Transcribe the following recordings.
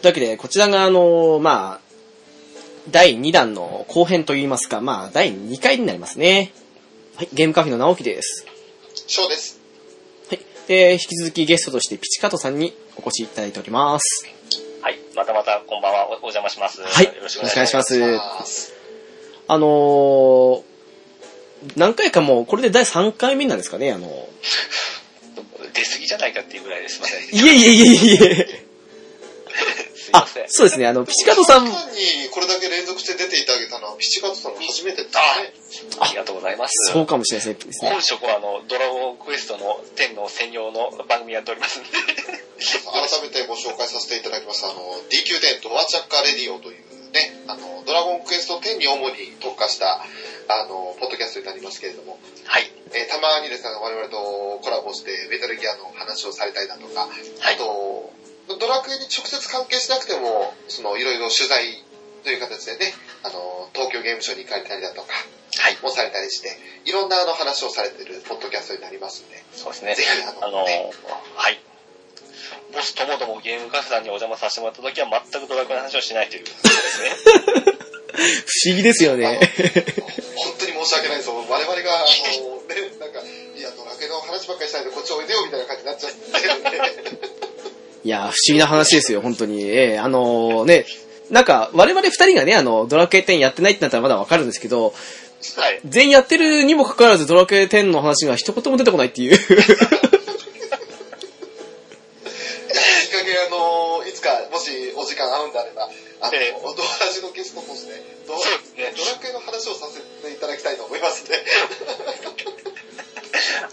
というわけで、こちらがあの、まあ、第2弾の後編といいますか、まあ、第2回になりますね。はい、ゲームカフェの直樹です。ショーです。はい、で、引き続きゲストとしてピチカートさんにお越しいただいております。はい。またまた、こんばんは。おお邪魔します。はい、よよろろししくくおお願い願いししま。ますす。あのー、何回かもう、これで第3回目なんですかね、あのます。出過ぎじゃないかっていうぐらいです。すいません。いえいえいえ いえ。すいあません、。そうですね、あの、ピチカートさん、単にこれだけ連続して出ていただけたのは、ピチカートさんも初めてだね。ありがとうございます。そうかもしれないですね。本職は、あの、ドラゴンクエストの天の専用の番組やっておりますん で。改めてご紹介させていただきます。あの、DQ10 ドアチャッカレディオというね、あの、ドラゴンクエスト10に主に特化した、あの、ポッドキャストになりますけれども、はい。えーたまにですね、我々とコラボしてメタルギアの話をされたりだとか、はあと、ドラクエに直接関係しなくても、その、いろいろ取材という形でね、あの、東京ゲームショウに行かれたりだとか、はい。もされたりして、いろんなあの話をされてるポッドキャストになりますんで、そうですねぜ。ひああののねはい。ボスともどもゲームカフェさんにお邪魔させてもらった時は全くドラクエの話をし ないということですね。不思議ですよね。本当に申し訳ないです。我々が、あの、ね、なんか、いや、ドラクエの話ばっかりしたいんで、こっちおいでよみたいな感じになっちゃってるんで、いや、不思議な話ですよ、本当に。ええあのーね、なんか、我々二人がね、あの、ドラクエ10やってないってなったらまだわかるんですけど、はい。全員やってるにもかかわらずドラクエ10の話が一言も出てこないっていう。 いい加減あの、いつか、もしお時間合うんであれば、あの、ええドアラジのゲストとして、ドドそうですねラクエの話をさせていただきたいと思いますんで、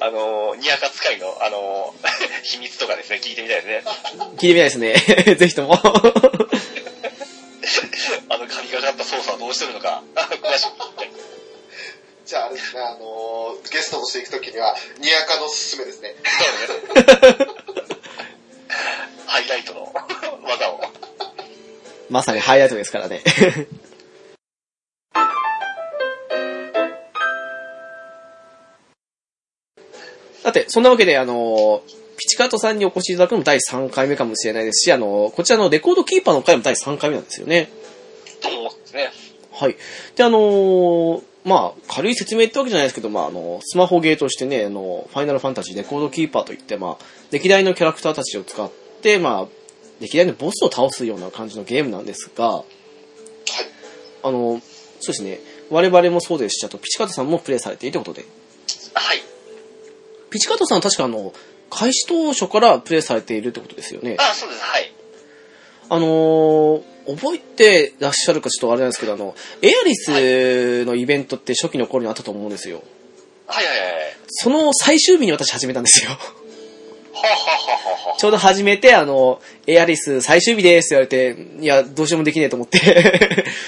あの、ニアカ使いの、あの、 秘密とかですね、聞いてみたいですね。聞いてみたいですね。 ぜひとも。あの、神がかった操作はどうしてるのか、詳しく聞きたい。じゃああれですね、あの、ゲストとして行くときには、ニヤカのおすすめですね。そうね。 ハイライトの技を。まさにハイライトですからね。 さて、そんなわけで、あの、ピチカートさんにお越しいただくのも第3回目かもしれないですし、あの、こちらのレコードキーパーの回も第3回目なんですよね。と思うんですね。はい。で、あのーまあ、軽い説明ってわけじゃないですけど、まあ、あの、スマホゲーとしてね、あの、ファイナルファンタジーレコードキーパーといって、まあ、歴代のキャラクターたちを使って、まあ、歴代のボスを倒すような感じのゲームなんですが、はい。あの、そうですね。我々もそうですし、あと、ピチカートさんもプレイされているということで。はい。ピチカートさんは確かあの、開始当初からプレイされているってことですよね。あ、そうです。はい。あのー覚えてらっしゃるかちょっとあれなんですけど、あの、エアリスのイベントって初期の頃にあったと思うんですよ。はいはいはいはい。その最終日に私始めたんですよ。 はあ、はあはあはあはちょうど始めて、あの、エアリス最終日ですって言われて、いや、どうしようもできねえと思って、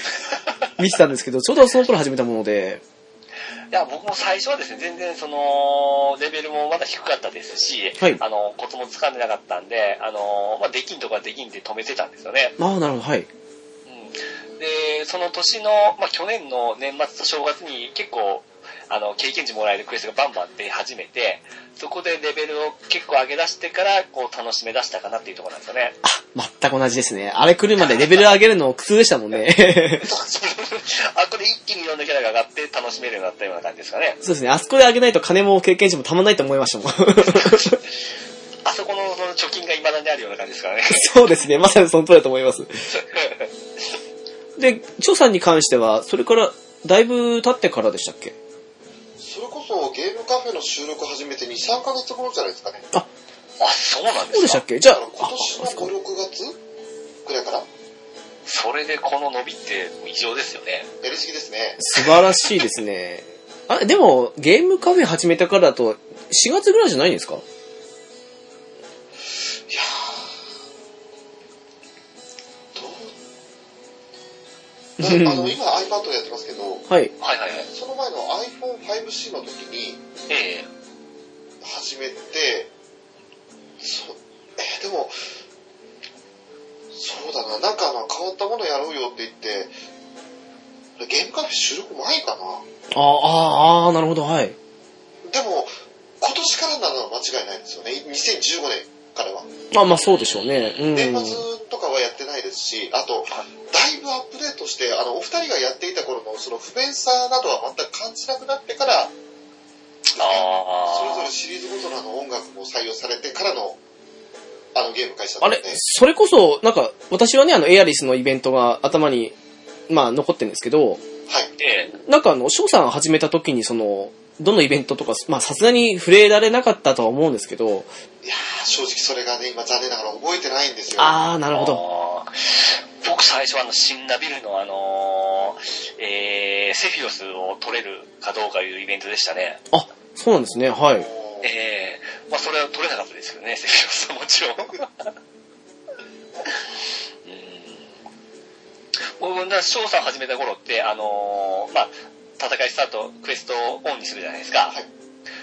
見てたんですけど、ちょうどその頃始めたもので、あ。いや、僕も最初はですね、全然その、レベルもまだ低かったですし、はいあの、コツもつかんでなかったんで、あの、まあ、できんとかできんで止めてたんですよね。まあ、なるほど、はい。うんで、その年の、まあ、去年の年末と正月に結構、あの、経験値もらえるクエストがバンバン出始めて、そこでレベルを結構上げ出してから、こう、楽しめ出したかなっていうところなんですよね。 あ、全く同じですね。あれ来るまでレベル上げるの苦痛でしたもんね。 あ、これ一気にいろんなキャラが上がって楽しめるようになったような感じですかね。そうですね、あそこで上げないと金も経験値もたまんないと思いましたもん。あそこのその貯金が未だにあるような感じですからね。そうですね、まさにその通りだと思います。で、チョさんに関しては、それから、だいぶ経ってからでしたっけそれこそゲームカフェの収録始めて2、3ヶ月後じゃないですかね。 あ、そうなんでそうですしたかっ。けじゃあだから、今あ年のあそ5、6月くらいからそれでこの伸びって異常ですよね。やりすぎですね。素晴らしいですね。あ、でも、ゲームカフェ始めてからだと、4月ぐらいじゃないんですかいやーどうだあの今 iPad をやってますけど、はい。はいはいはい。その前の iPhone5C の時にええ始めて、そえーでも、そうだな、なんかあの変わったものやろうよって言って、ゲームカフェ収録前かな。ああ、あーあー、なるほど、はい。でも、今年からなのは間違いないですよね。2015年からは。まあまあ、そうでしょうね。うん。年末とかはやってないですですし、あと、だいぶアップデートして、あの、お二人がやっていた頃のその不便さなどは全く感じなくなってから、それぞれあシリーズごとのあの音楽も採用されてからの、あのゲーム会社あだっれたんで、それこそ、なんか、私はね、あの、エアリスのイベントが頭に、まあ、残ってるんですけど、はい。ー。ええ。なんかあの、翔さん始めた時に、その、どのイベントとか、まあ、さすがに触れられなかったとは思うんですけど、いやー正直それがね、今残念ながら覚えてないんですよ。あー、なるほど。ど。僕最初あの、新ナビルのあのー、えー、セフィロスを取れるかどうかいうイベントでしたね。あ、そうなんですね、はい。もうええまあそれは取れなかったですよね、セフィロスはもちろん。うん。僕が翔さん始めた頃って、あのーまあ、戦いスタート、クエストをオンにするじゃないですか。はい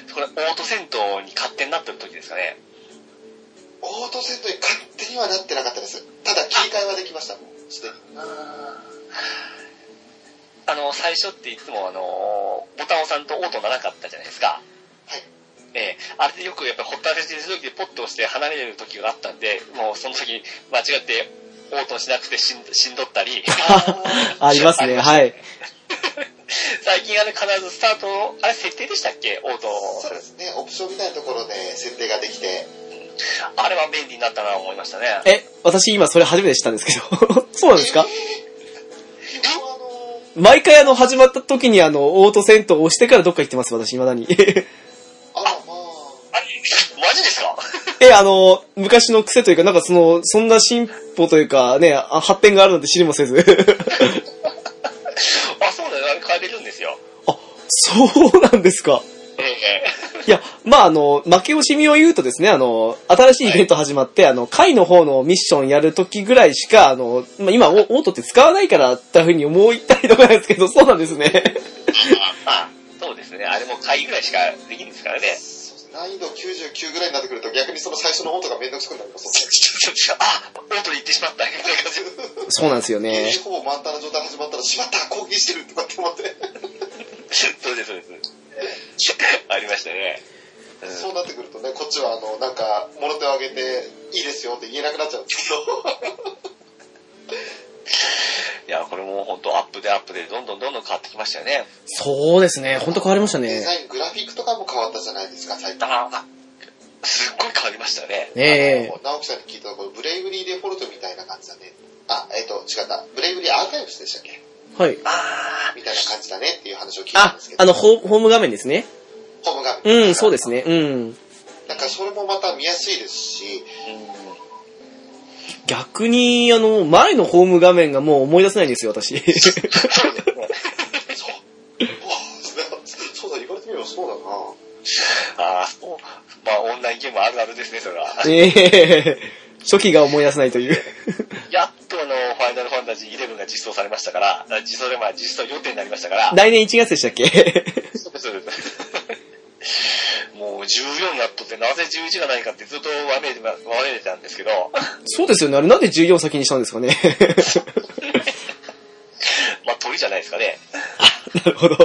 そこでオート戦闘に勝手になってる時ですかね。オートセットに勝手にはなってなかったです。ただ切り替えはできました、もう。す でに。あの、最初っていつもあの、ボタンを押さんとオートにならなかったじゃないですか。はい。ええあれでよくやっぱりほったらかしにする時でポッと押して離れる時があったんで、もうその時間違ってオートにしなくてしんしんどったり、ありますね、 はい。最近あれ必ずスタートを、あれ設定でしたっけオート。そうですね、オプションみたいなところで設定ができて、あれは便利になったなと思いましたね。え、私今それ初めて知ったんですけど、 そうなんですか今あの毎回あの、始まった時にあの、オート戦闘を押してからどっか行ってます、私、未だに。 あらまあ、あれ、マジですかえ、あの、昔の癖というか、なんかその、そんな進歩というかね、あ発展があるなんて知りもせず。 あ、そうだよ。あれ変えれるんですよ。あ、そうなんですか。ええいや、まあ、あの、負け惜しみを言うとですね、あの、新しいイベント始まって、あの、会の方のミッションやるときぐらいしか、あの、まあ、今、オオートって使わないから、っていうふうに思いたいところなんですけど、 そうなんですね。まあ、そうですね。あれも買いぐらいしかできんですからね。そうですね難易度99ぐらいになってくると逆にその最初の音がめんどくさくなりますもんね。 あ、オートに行ってしまった。みたいな感じそうなんですよね。ほぼ満タンな状態始まったら、しまった攻撃してるとかって思って、そうです、そうです。ありましたね。うんそうなってくるとね、こっちはあの、なんか、物手を挙げて、いいですよって言えなくなっちゃうんですけど、いや、これも本当アップでアップでどんどんどんどん変わってきましたよね。そうですね、ほんと変わりましたデねザ。イン、グラフィックとかも変わったじゃないですか、最近。ああ、すっごい変わりましたね。ねえ。直樹さんに聞いたところ、ブレイブリーデフォルトみたいな感じだね。あ、えっ、と、違った。ブレイブリーアーカイブスでしたっけはい。ああ、みたいな感じだねっていう話を聞いたんあですけ、ど、あの、ホホーム画面ですね。ホーム画面。うん、そうですね。うん。なんかそれもまた見やすいですし、逆に、あの、前のホーム画面がもう思い出せないんですよ、 私。そう。おーそうだ、言われてみればそうだな。ああ、そう。まあ、オンラインゲームあるあるですね、それは。ねえ。初期が思い出せないと いう。やっとあの、ファイナルファンタジー11が実装されましたから、あ実装でまあ、実装予定になりましたから、来年1月でしたっけそうですそうですもう14になっとって、なぜ11がないかってずっとわめいてまわめいてたんですけど、そうですよね。あれなんで14先にしたんですかね。 まあ、鳥じゃないですかね。なるほど。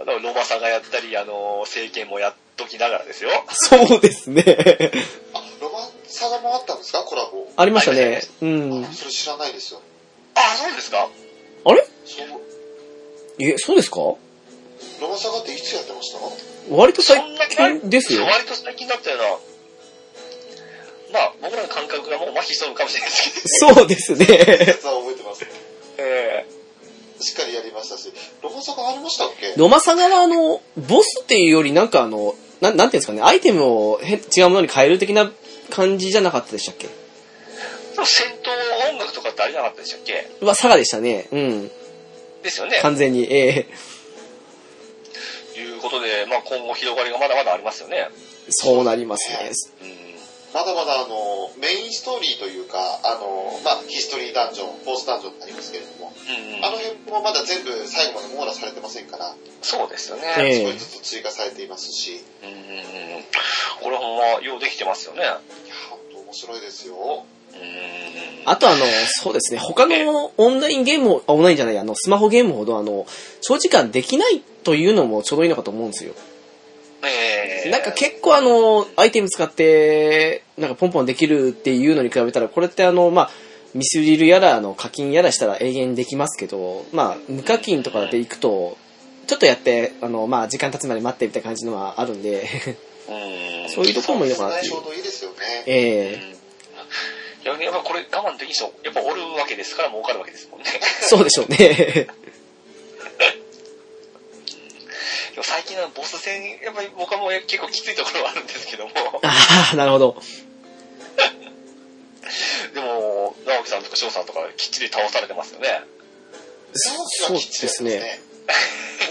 あのロマサがやったり、あの、政権もやっときながらですよ。そうですね。あ、ロマンサガもあったんですかコラボ。ありましたね。うあん。それ知らないですよ。あ、そうですかあれそう。え、そうですかロマサガっていつやってました割とそ最んな近ですよ。割と最近だったような。まあ、僕らの感覚がもう麻痺しとるかもしれないですそうですやね。つは覚えてます。けど。 えしっかりやりましたし、ロマサガありましたっけ野間さんはあの、ボスっていうよりなんかあの、なんなんていうんですかね、アイテムをへ違うものに変える的な感じじゃなかったでしたっけえでも戦闘音楽とかってありなかったでしたっけうわ、佐賀でしたね。うん。ですよね。完全に。ええいうことで、まあ今後広がりがまだまだありますよね。そうなりますね。うん。まだまだあの、メインストーリーというか、あの、まあ、ヒストリーダンジョン、フォースダンジョンになりますけれども、うんあの辺もまだ全部最後まで網羅されてませんから、そうですよね。ええ少しずつ追加されていますし、いや、うんうんうん。これほんま、ようできてますよね。本当面白いですよ。うん。あとあの、そうですね、他のオンラインゲーム、あオンラインじゃない、あの、スマホゲームほどあの、長時間できないというのもちょうどいいのかと思うんですよ。ええなんか結構あの、アイテム使って、なんかポンポンできるっていうのに比べたら、これってあの、まあ、ミスリルやらあの課金やらしたら永遠にできますけど、まあ、無課金とかで行くと、ちょっとやって、あの、まあ、時間経つまで待ってみたいな感じのはあるんで、 うん。そういうところもいいのかなっていちうょう。どいいですよね。ええいや、やっぱこれ我慢できん人、やっぱおるわけですから儲かるわけですもんね。 そうでしょうね。 でも最近のボス戦、やっぱり僕はもう結構きついところはあるんですけども、ああ、なるほど。でも、直樹さんとか翔さんとかきっちり倒されてますよね。そうですね。。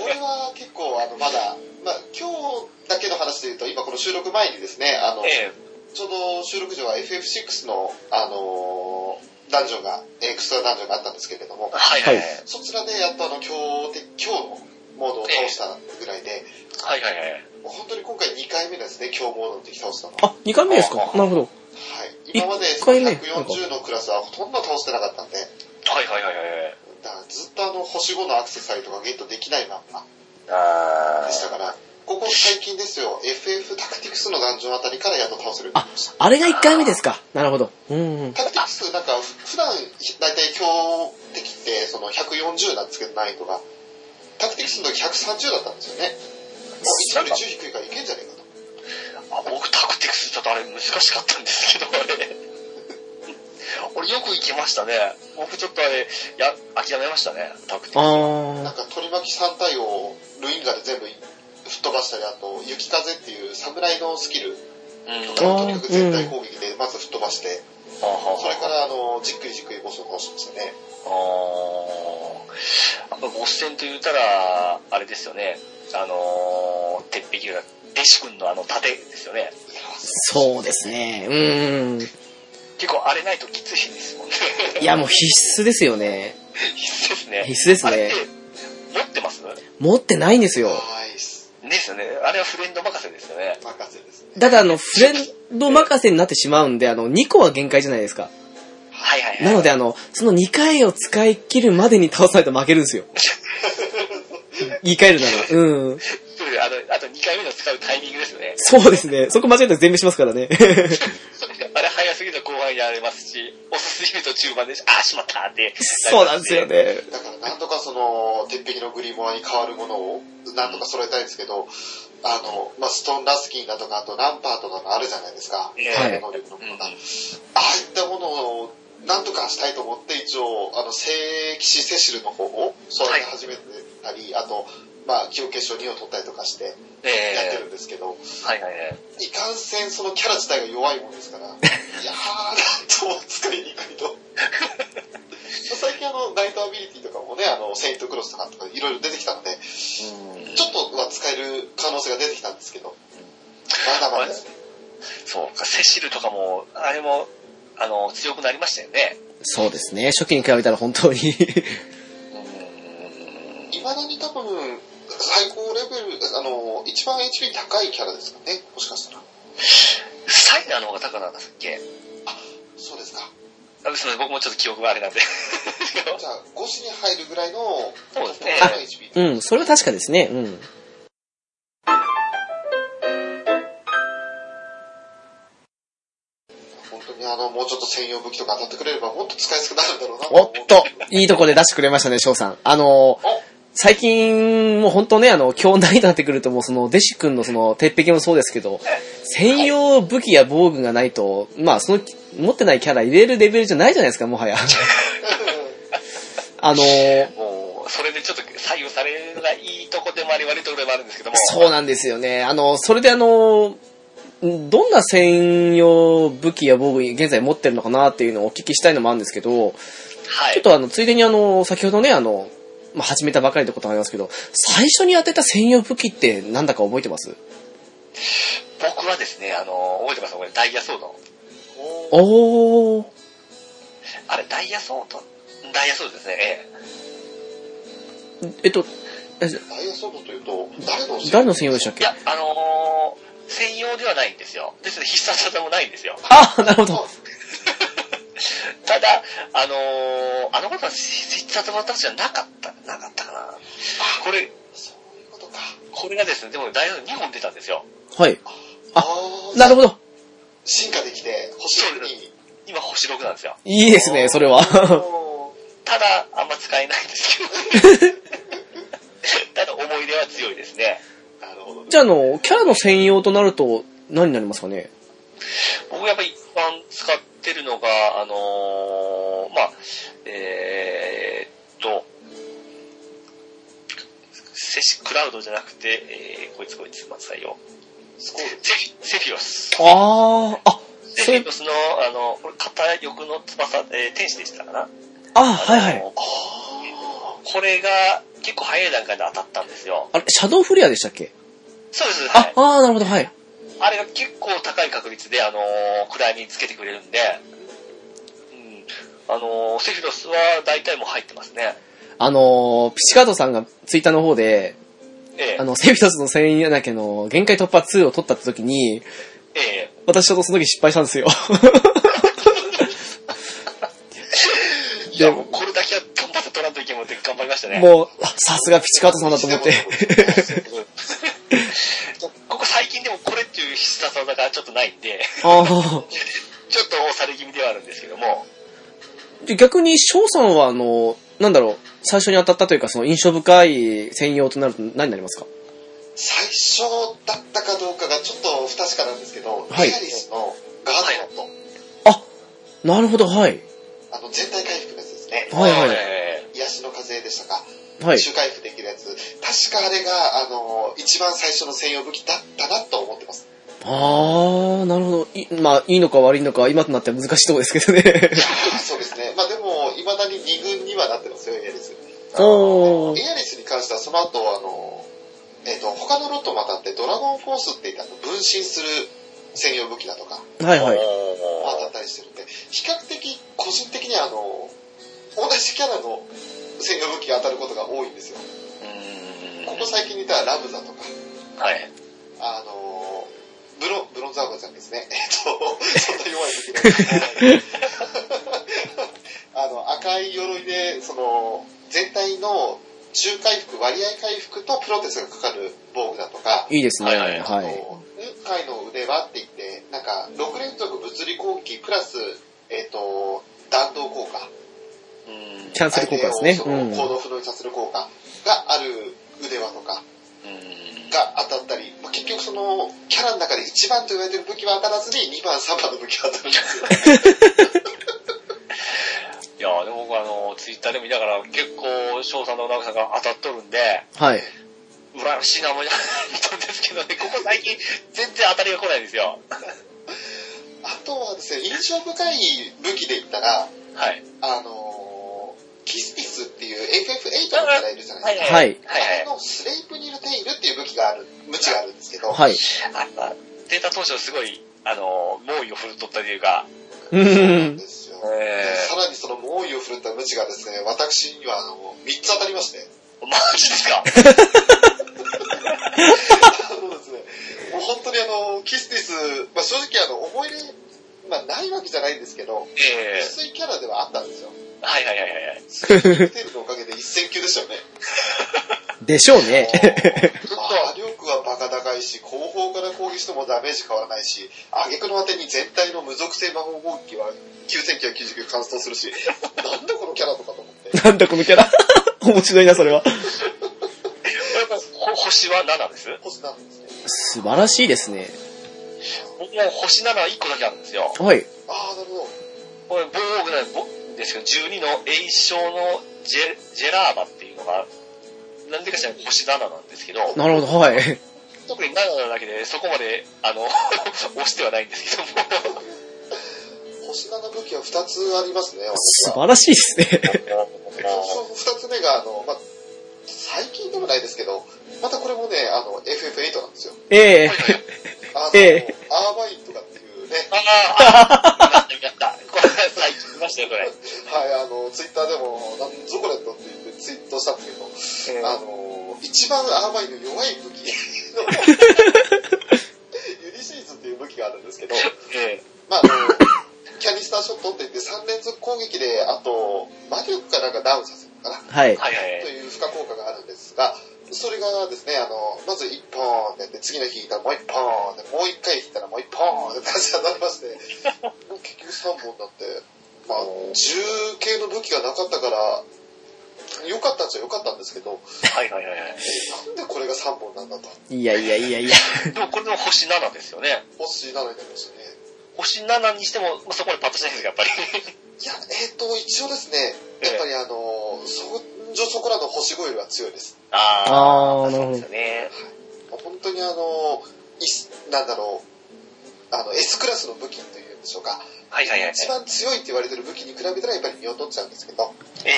俺は結構、あの、まだ、まあ、今日だけの話で言うと、今この収録前にですね、あの、ええ。ちょうど収録上は FF6 の、あのーダンジョンが、エクストラダンジョンがあったんですけれども、はいはい。ははいいそちらでやっとあの、今日で、今日のモードを倒したぐらいで、はいはい。もう本当に今回2回目ですね、今日モードの敵倒したのは。はあ、2回目ですかなるほど。い。今まで一その回目140のクラスはほとんど倒してなかったんで、はいはいはいはい。だからずっとあの、星5のアクセサリーとかゲットできないまんまあでしたから、ここ最近ですよ、FF タクティクスのダンジョンあたりからやっと倒せるようになりました。あれが1回目ですかなるほど。うんうん。タクティクス、なんか、普段、だいたい強敵って、その140なんですけど、難易度が。タクティクスの時130だったんですよね。もう1より10低いからいけんじゃねえかあと。僕タクティクスちょっとあれ難しかったんですけど、あれ。 俺よく行きましたね。僕ちょっとあれ、や、諦めましたね、タクティクス。なんあか、取り巻き3体をルインガで全部吹っ飛ばしたり、あと、雪風っていう侍のスキルうん。とかをとにかく全体攻撃でまず吹っ飛ばして、はははそれから、あの、じっくりじっくりボスを倒しましたね。あーやっぱボス戦と言ったら、あれですよね。あのー、鉄壁が、弟子君のあの盾ですよね。いやそうですね。うん。結構あれないときついですもんね。いや、もう必須ですよね。 必須ですね。必須ですねあれって持ってますね持ってないんですよ。ナイス。ですよね。あれはフレンド任せですよね。任せですね。ただ、あの、フレンド任せになってしまうんで、あの、2個は限界じゃないですか。はいはいはい。なので、あの、その2回を使い切るまでに倒さないと負けるん ですよ。言い換えるなら。うん。ということであの、あと2回目の使うタイミングですよね。 そうですね。そこ間違えたら全部しますからね。あれ早すぎると後半やられますし、遅すぎると中盤でし、あー、しまったって。 そうなんですよ。ね。だからなんとかその鉄壁のグリモアに変わるものをなんとか揃えたいんですけど、あの、まあ、ストーンラスキンだとか、あとランパーとかがあるじゃないですか。ええはい能力のものが。ああいったものをなんとかしたいと思って、一応、あの、聖騎士セシルの方をそうやって始めてたり、あと、まあ、記憶結晶2を取ったりとかしてえやってえるんですけはど、いはいはい。いかんせんそのキャラ自体が弱いもんで すから、いやー、なんとも使いにくいと。最近あの、ナイトアビリティとかもね、あの、セイントクロスとかとかいろいろ出てきたので、ちうんょっとは使える可能性が出てきたんですけど、まだまだですね。そうか、セシルとかも、あれも、あの、強くなりましたよね。そうですね。初期に比べたら本当に。未だに多分、最高レベル、あの、一番 HP 高いキャラですかね、もしかしたら。サイダーの方が高かったっすっけそうですか。あすいません僕もちょっと記憶があれなんで。 じゃあ、5子に入るぐらいの、そうですね高い HP。うん、それは確かですね。うん。本当にあの、もうちょっと専用武器とか当たってくれれば、もっと使いやすくなるんだろうなおっ思うんですとけど、いいとこで出してくれましたね、翔さん。あのーお最近、もう本当ね、あの、今日難易度になってくると、もうその、弟子君のその、鉄壁もそうですけど、専用武器や防具がないと、まあ、その、持ってないキャラ入れるレベルじゃないじゃないですか、もはや。あのーもう、それでちょっと左右されるのがいいとこでもあり悪いとこでもあるんですけども。そうなんですよね。あの、それであの、どんな専用武器や防具現在持ってるのかなっていうのをお聞きしたいのもあるんですけど、ちょはっい。とあの、ついでにあの、先ほどね、あの、まあ、始めたばかりってことがありますけど、最初に当てた専用武器ってなんだか覚えてます僕はですね、あの、覚えてますこれ、ダイヤソード。おおー。あれ、ダイヤソードダイヤソードですね。えええっと、えダイヤソードというと、誰の誰の専用でしたっいけや、あのー専用ではないんですよ。ですので必殺技もないんですよ。あ、 なるほど。ただ、あのーあの頃は必殺技じゃなかった、なかったかな。これ、そういうことか。これがですね、でも大学2本出たんですよ。はい。あーなるほど。進化できて、星そうに今星6なんですよ。いいですね、それは。 ただ、あんま使えないんですけど。 ただ、思い出は強いですね。なるほどね。じゃあ、あの、キャラの専用となると、何になりますかね僕やっぱり一番使ってるのが、あのーまあ、えーっと、セシクラウドじゃなくて、えーこいつこいつ、待ってくださいよ。スコール。セフィセフィオス。ああ、あ、そセフれィオ、スの、あの、これ、片翼の翼、えー天使でしたかな。あ、はいはあい。のこれが、結構早い段階で当たったんですよ。あれ、シャドウフレアでしたっけそうです、はあい、。あーなるほど、はい。あれが結構高い確率で、あのー、位につけてくれるんで、うん、あのー、セフィロスは大体もう入ってますね。あのー、ピチカートさんがツイッターの方で、ええあ、の、セフィトスの専用だけの限界突破2を取ったって時に、ええ、私ちょうどその時失敗したんですよ。いや、もうこれだけは頑張って取らんといけんもんって頑張りました ね。もう、あさすがピチカートさんだと思って。ここ最近でもこれっていう必殺技がちょっとないんで、ああ。ちょっと押され気味ではあるんですけども、で逆に翔さんはあの、なんだろう、最初に当たったというか、その印象深い専用となると何になりますか最初だったかどうかがちょっと不確かなんですけど、はいリアリスのガードノッあ、なるほど、はい。ト、あの、全体回復のやつですね。はいはいえ癒しの風でしたか。はい。周回復できるやつ。確かあれが、あの、一番最初の専用武器だったなと思ってます。 ああ、なるほど。いまあ、いいのか悪いのか、今となっては難しいところですけど ね。そうですね。まあでも、未だに二軍にはなってますよ、エアリス。おーエアリスに関しては、その後、あの、えっ、と、他のロットも当たって、ドラゴンフォースって言ったの分身する専用武器だとか、はいえはい。まあ当たっい。たりしてるんで、比較的、個人的には、あの、同じキャラの専用武器が当たることが多いんですよ。うんここ最近にいたら、ラブザとか、はい。あの、ブロ、ブロンズアゴちゃんですね。え っと、そんな弱い武器なんですけど あの、赤い鎧で、その、全体の中回復、割合回復とプロテスがかかる防具だとか、いいですね。はいはいはあい。の、雲海の腕輪って言って、なんか、6連続物理攻撃プラス、えっ、と、弾道効果。うんキャンセル効果ですね相。手うをそのん。行動不能にさせる効果がある腕輪とか、うんが当たったり、まあ、結局そのキャラの中で1番と言われてる武器は当たらずに2番3番の武器が当たるんですよいやでも僕あの、ツイッターで見ながら結構、翔さんと長さんが当たっとるんで、はい。羨ましいな思いながら見たんですけどね、ここ最近全然当たりが来ないんですよ。あとはですね印象深い武器で言ったらはい。あのーキスティスっていう FF8 のキャラいるじゃないですか、はいはいはいあのスレイプニルテイルっていう武器がある無知があるんですけど、はい。あデータ当初すごい、あの、猛威を振るっとったというか、うそうなんん。ですよ、えさらにその猛威を振るった無知がですね私にはあの3つ当たりましてー、マジですかあのですね、もう本当にあの、キスティス、まあ、正直あの、思い入れ、まあ、ないわけじゃないんですけど、ええ薄いキャラではあったんです よ。はいはいはいはい。テレビのおかげで一戦級でしたよね。でしょうね。 まあ魔力はバカ高いし、後方から攻撃してもダメージ変わらないし、挙句の果てに全体の無属性魔法攻撃は9999完走するし、なんだこのキャラとかと思って。なんだこのキャラ。 面白いな、それは。ほ星は7です星なんですね。素晴らしいですね。僕も星7は1個だけあるんですよ。はい。ああ、なるほど。これ、防具なんですけど、12の栄翔のジェジェラーバっていうのが、なんでかしら星7なんですけど、なるほど、はい。特に7なだけでそこまで、あの、押してはないんですけども。星7武器は2つありますね、私素は。晴らしいですね。そう二つ目が、あの、まあ、最近でもないですけど、またこれもね、あの、FF8 なんですよ。ええあの、ええアーバインとかっていうね、ああ、やった。これ、最近見ましたよ、これ。はい、あの、ツイッターでも、なんぞこれとって言ってツイートしたんですけど、あの、一番アーバインの弱い武器 の、ユリシーズっていう武器があるんですけど、ええまあ、あの、キャニスターショットって言って3連続攻撃で、あと、魔力かなんかダウンさせるのかな。はい。はいはいとはい。いう負荷効果があるんですが、それがですね、あの、まず1本でやって、次の日引いたらもう1本で、もう1回引いたらもう1本で感じになりまして、結局3本だって、まあ、銃系の武器がなかったから、良かったんじゃ良かったんですけど、はいはいはいはい。なんでこれが3本なんだと。いやいやいやいや。でもこれでも星7ですよね。星なのになりましたね。星7にしても、まあ、そこまでパッとしないですけど、やっぱり。いや、えっ、と、一応ですね、やっぱりあの、そ女そこらの星5よりは強いです。ああ、あー、なるそうほですどよ。ね。本当にあの、いすなんだろう、あの、S クラスの武器というんでしょうか。はいはいはい。一番強いって言われてる武器に比べたらやっぱり見劣っちゃうんですけど、やっえ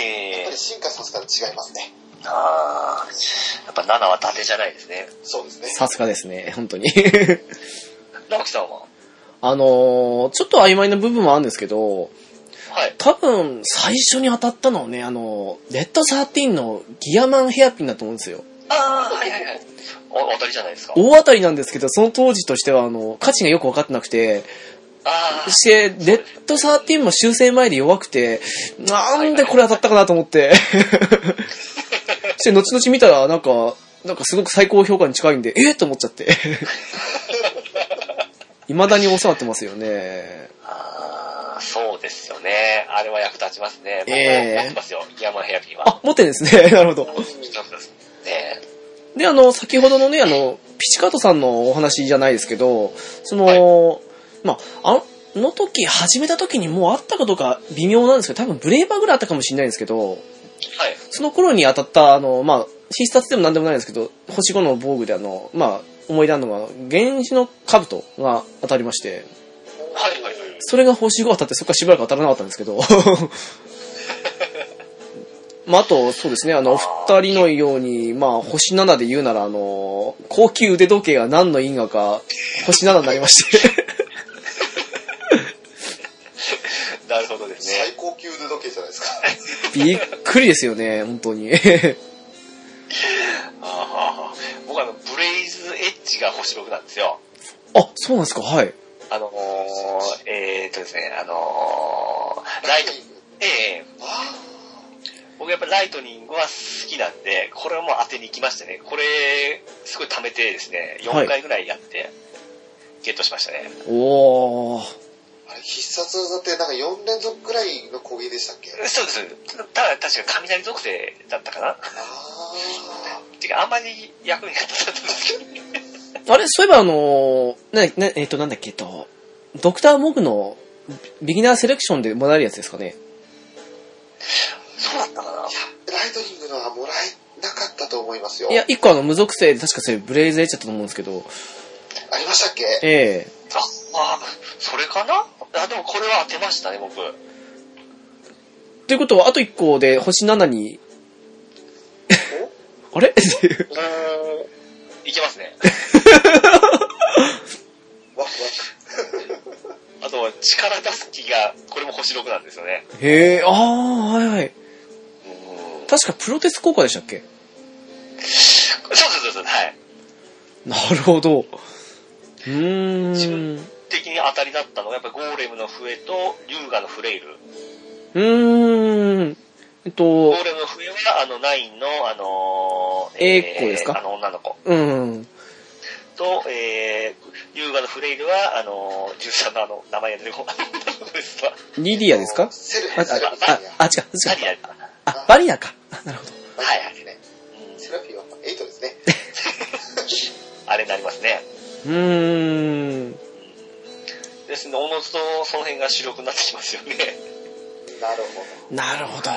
ぱえり進化させたら違いますね。ああ、やっぱ7は縦じゃないですね。そうですね。さすがですね、本当に。直樹さんは あのー、ちょっと曖昧な部分もあるんですけど、はい。多分、最初に当たったのはね、あの、レッド13のギアマンヘアピンだと思うんですよ。ああ、はいはいはい。お、当たりじゃないですか。大当たりなんですけど、その当時としては、あの、価値がよく分かってなくて、あそして、レッド13も修正前で弱くて、なんでこれ当たったかなと思って。 そして、後々見たら、なんか、なんかすごく最高評価に近いんで、ええと思っちゃって。 未だに収まってますよね。ああ、そうですよね。あれは役立ちますね。僕ええも持ってますよ。ギヤマンヘアピンは。あ、持ってんですね。 なるほど。持ってますね。で、あの、先ほどのね、あの、ピチカートさんのお話じゃないですけど、その、まあ、あの時、始めた時にもうあったかどうか微妙なんですけど、多分ブレーバーぐらいあったかもしれないんですけど、はい。その頃に当たった、あの、まあ、必殺でも何でもないんですけど、星5の防具であの、まあ、思い出あるのが、原始の兜が当たりまして、はいはいはい。それが星5当たって、そこからしばらく当たらなかったんですけど、 まあ、あと、そうですね、あの、お二人のように、まあ、星7で言うなら、あの、高級腕時計が何の因果か、星7になりまして、なるほどです最ね。高級腕時計じゃないですか。びっくりですよね、本当に。 あー僕あの、ブレイズエッジが星6なんですよ。あ、そうなんですか、はい。あのー、えー、っとですね、あのー、ライト、ええあ僕やっぱライトニングは好きなんで、これはもう当てに行きましたね。これ、すごい貯めてですね、はい4回ぐらいやって、ゲットしましたね。おー。ああれ必殺技ってなんか4連続ぐらいの攻撃でしたっけそうです。ただ、確か雷属性だったかなああてか、あんまり役に立たなかったんですけど。あれ、そういえばあのー、な、な、えっ、と、なんだっけ、えっと、ドクター・モグのビギナーセレクションでもらえるやつですかね。そうだったかなライトニングのはもらえなかったと思いますよ。いや、一個あの、無属性で確かそれブレイズエッジだったと思うんですけど、ありましたっけええあ、あ、それかなあ、でもこれは当てましたね、僕。ということは、あと一個で星7に、あれ っていう。いけますね。わわあと、力出す気が、これも星6なんですよね。へえ、ああ、はいはい。うん確かプロテス効果でしたっけそうそうそうそう、はい。なるほど。うーん。う的に当たりだったのが、やっぱゴーレムの笛と、龍河のフレイル。ーん。えっとゴー、レムの笛は、あの、ナインの、あのー、えー子ですかあの、女の子。うん。と、えー、優雅のフレイルは、あのー、13のあの、名前が出てこない。ですわリディアですかセルあ、あ、セルフィあーヤ、あ、違う、何違う。やるかな。あ、バリアか。あなるほど。はいはい。うんセラフィーは8ですね。あれになりますね。うーん。ですので、おのずとその辺が主力になってきますよね。なるほど。なるほど。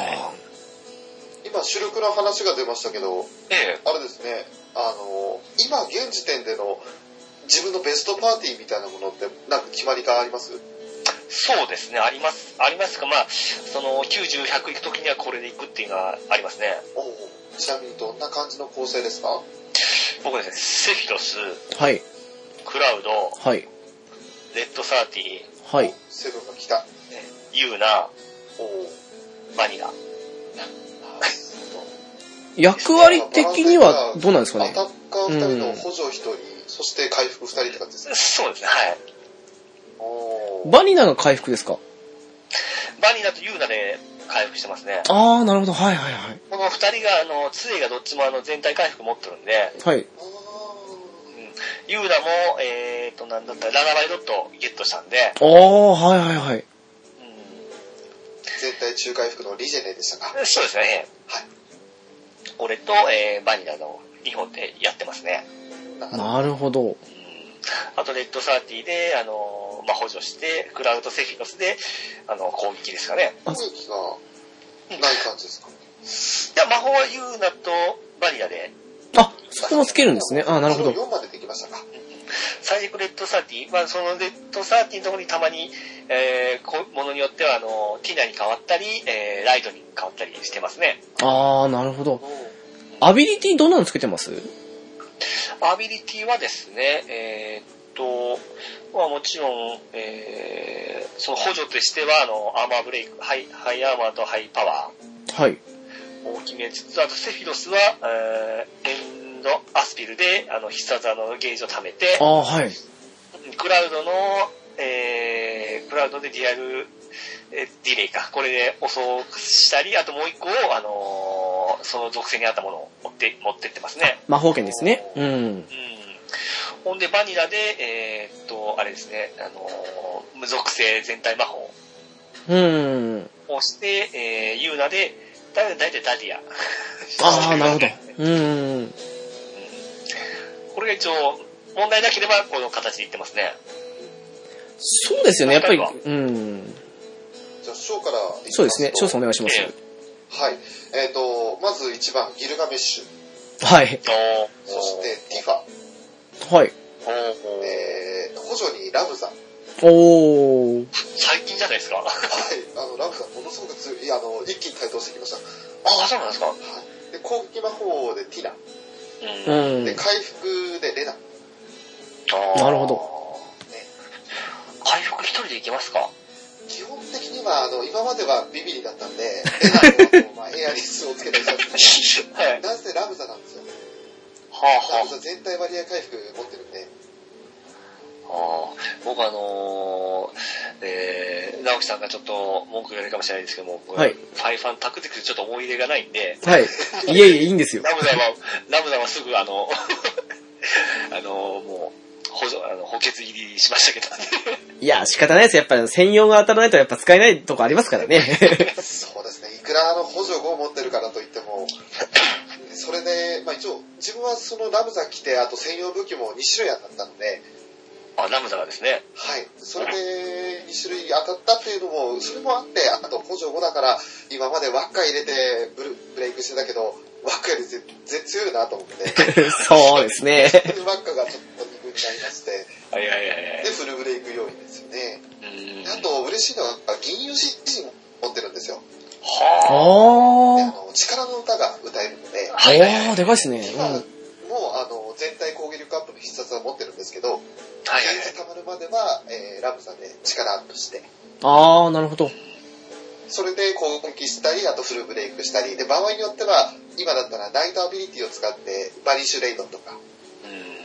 今、主力の話が出ましたけど、ええ。あれですね、あの、今、現時点での自分のベストパーティーみたいなものって、なんか決まりがありますそうですね、あります、ありますか、まあ、その、90、100行くときにはこれで行くっていうのはありますね。おうちなみにどんな感じの構成ですか僕ですね、セフィロス、はい、クラウド、はい、レッドサーティ、はい。セブンが来た。ユーナ、おお。バニラ。役割的にはどうなんですかアねタッカー2人の補助1人、そして回復2人って感じですね。そうですね、はい。おお。バニナが回復ですかバニラとユーナで回復してますね。ああ、なるほど。はいはいはい。この二人が、あの、杖がどっちもあの、全体回復持ってるんで、はい。あーユーダも、えーと、なんだったら、ララバイドットゲットしたんで、ああ、はいはいはい。全体中回復のリジェネでしたか。はい。そうですね。俺と、えーバニラの2本でやってますね。ななるほど。うんあと、レッドサーティで、あのーまあ、補助して、クラウドセフィロスで、あの、攻撃ですかね。攻撃がない感じですかね。いや、魔法はユーナとバニラで、あ、そこもつけるんですね。あ、なるほど。 4までできましたか。最悪レッドサーティ、まあ、そのレッドサーティのところにたまに、えーこものによっては、あの、ティナに変わったり、えーライトに変わったりしてますね。あー、なるほど。アビリティどんなのつけてますアビリティはですね、えーっと、まあもちろん、えーその補助としては、あの、アーマーブレイク、ハイ、ハイアーマーとハイパワはい。ーを決めつつ、あとセフィロスは、えーエンドアスピルで、あの、必殺技のゲージを貯めてあ、ー、はい。クラウドの、えー、クラウドでディアル、えーディレイか。これで襲うしたり、あともう一個を、あのーその属性に合ったものを持って、持ってってますね。魔法剣ですね。うん。うん。ほんで、バニラで、えーっと、あれですね、あのー無属性全体魔法うん。をして、えー、ユーナで、だいたいダディア。あー、なるほど。うん。うんこれが一応、問題なければこの形でいってますね。そうですよね、やっぱり。うん。じゃあ、ショーからいきますとそうですね。翔さんお願いします。はい。えっ、と、まず1番、ギルガメッシュ。はい。おそして、ティファ。はい。おーえー、補助にラムザ。はい。おー。最近じゃないですか。あの、ラムザ、ものすごく強い、いやあの、一気に台頭してきました。あ、そうなんですか。はい。で、攻撃魔法でティナ。う。うんんで、。回復でレナ。なるほどね、回復一人でいけますか基本的には、あの、今まではビビリだったんで、 レナの、まあ、エアリスをつけたりしたんですはいけ。ど、なんせラムザなんですよ。ラはムザ全体割合回復持ってるんで、あ、はあ。僕あのー、えー、直樹さんがちょっと文句言われるかもしれないですけども、僕はいファイファンタクティクスちょっと思い入れがないんで、はい。いえいえ、いいんですよ。ラムダ は、ラムダはすぐあの、 あのー、もう、補助、あの、補欠入りしましたけどね。いや、仕方ないです。やっぱ専用が当たらないとやっぱ使えないとこありますから ね。そうですね、いくらあの補助を持ってるからといっ ても、それで、まあ一応、自分はそのラムザ来て、あと専用武器も2種類当たったので、あ、ラムダがですね。はい、それで2種類当たったっていうのも、それもあって、あと補助5だから、今まで輪っか入れてブルブレイクしてたけど、輪っかより全然強いなと 思って、そうですね。で輪っかがちょっと2分になりまして、はいはいはいはいで、。フルブレイク要因ですよね。うんあと、嬉しいのが、銀融詩人も持ってるんですよ。あはでー。あの力の歌が歌えるので、あー、でかいですね。今もうあの全体攻撃力アップの必殺は持ってるんですけど、はいあ。はいはいはい。溜まるまでは、えーラムさんで力アップして、あー、なるほど。それで攻撃したり、あとフルブレイクしたり、で、場合によっては、今だったらナイトアビリティを使って、バリッシュレイドとか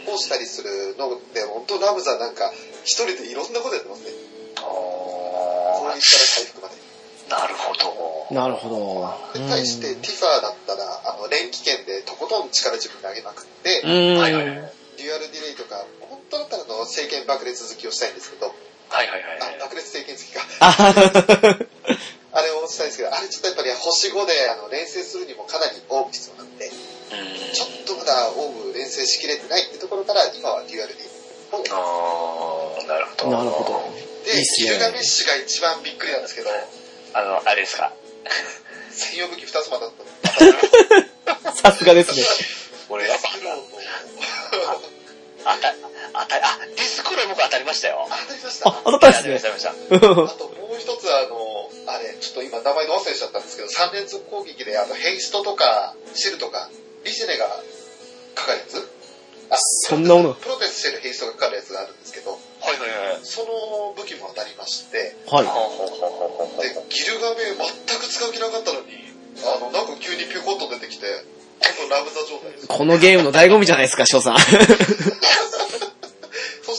うんをしたりするので、本当ラムザなんか、一人でいろんなことやってますね。あ攻撃から回復まで。ーなるほど。なるほど。で対して、ティファーだったら、あの、連機剣でとことん力自分で上げまくって、うん。うん。はいはいはい。はいデュアルディレイとか、本当だったらあの、聖剣爆裂好きをしたいんですけど、はいはいあはい。爆裂聖剣好きか。あーあれをしたいんですけど、あれちょっとやっぱり星5であの連戦するにもかなりオーブ必要なんで、ちうんょっとまだオーブ連戦しきれてないってところから、今はデュアルで。で、あーなるほど。なるほど。いいっすキねルガメッシュが一番びっくりなんですけど、あの、あれですか。専用武器2つも当たった。さすがですね。俺、デやっスぱ、クローも当た、当たり、あ、ディスクロイ僕当たりましたよ。当たりました。あ、あ当たったんで当すね。たりました。当たりましともう一つあの、あれ、ちょっと今名前の忘れしちゃったんですけど、3連続攻撃であのヘイストとかシェルとか、リジェネがかかるやつあ、そんなもの。プロテスしてるヘイストがかかるやつがあるんですけど、たはいはいはい。その武器も当たりまして、はい。ほうほうほうほうほうで、ギルガメ全く使う気なかったのに、あの、なんか急にピュコッと出てきて、ちょっとラブザ状態です。このゲームの醍醐味じゃないですか、翔さん。そし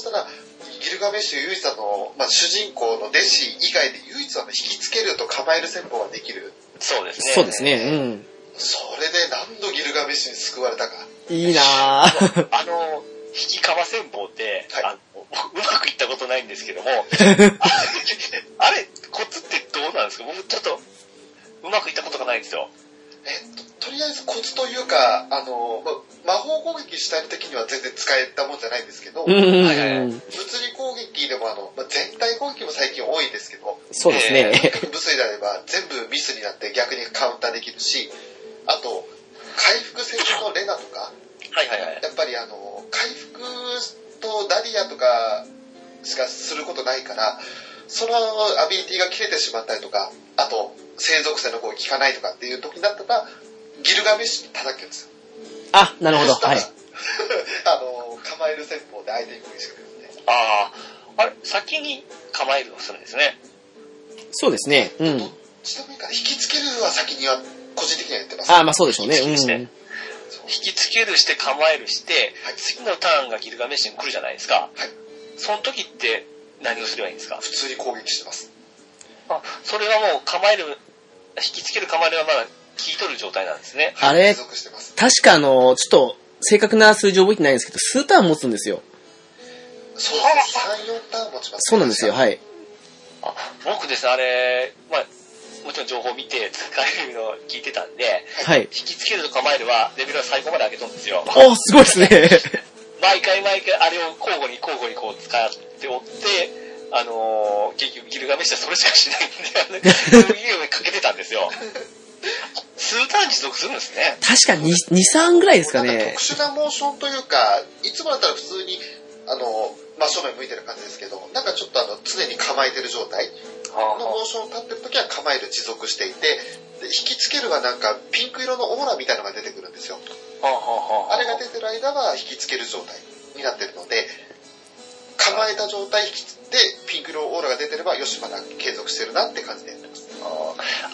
たら、ギルガメッシュ唯一あの、まあ、主人公の弟子以外で唯一あの、引きつけると構える戦法ができる。そうですね。そうです。ね。それで何度ギルガメッシュに救われたか。うん。いいなー。あの、引きかわせんぼって、はいあの僕うま くいったことないんですけども、あれ、あれコツってどうなんですか僕ちょっとうまくいったことがないんですよ。えっと、とりあえずコツというか、あの、ま、魔法攻撃したい時には全然使えたもんじゃないんですけど、うんうんはいはういん。物理攻撃でもあの、まあ、全体攻撃も最近多いですけど、そうですね。無水であれば全部ミスになって逆にカウンターできるし、あと、回復戦のレナとはか、いはいはい。やっぱりあの、回復とダリアとかしかすることないから、そのアビリティが切れてしまったりとか、あと、生属性の方が効かないとかっていう時になったら、ギルガメッシュに叩けるんですよ。あ、なるほど。そしたは らい。あの、構える戦法で相手に攻撃してくれるんで。ああ、あれ、先に構えるをするんですね。そうですね。うん。ちなみにか、引きつけるは先には個人的にはやってます。あ、まあそうでしょうね。そうですねうそう引きつけるして構えるして、次のターンがギルガメッシュに来るじゃないですか。はいその時って何をすればいいんですか普通に攻撃してます。あそれはもう構える、引きつける構えるはまだ聞いとる状態なんですね。あれ継続してます。ん。確かあの、ちょっと、正確な数字覚えてないんですけど、数ターン持つんですよ。そうです。3、4ターン持ちます。そうなんですよ。い。はい。あ僕ですね、あれ、まあ、もちろん情報を見て 使えるのを聞いてたんで、はい。引きつけると構えるはレベルは最高まで上げとるんですよ。おすごいですね。毎回毎回あれを交互に交互にこう使っておって、あのー結局ギルガメッシュはそれしかしないん で、あのそういうのかけてたんですよ。数ターン持続するんですね。 確か2、2、3ぐらいですかなんかね特。殊なモーションというか、いつもだったら普通に、あの、真正面向いてる感じですけど、なんかちょっとあの、常に構えてる状態のモーションを立ってる時は構える持続していて、で引きつけるはなんかピンク色のオーラみたいなのが出てくるんですよ。あれが出てる間は引きつける状態になってるので、構えた状態引きつって、ピンク色オーラが出てれば、よし、まだ継続してるなって感じでやってます。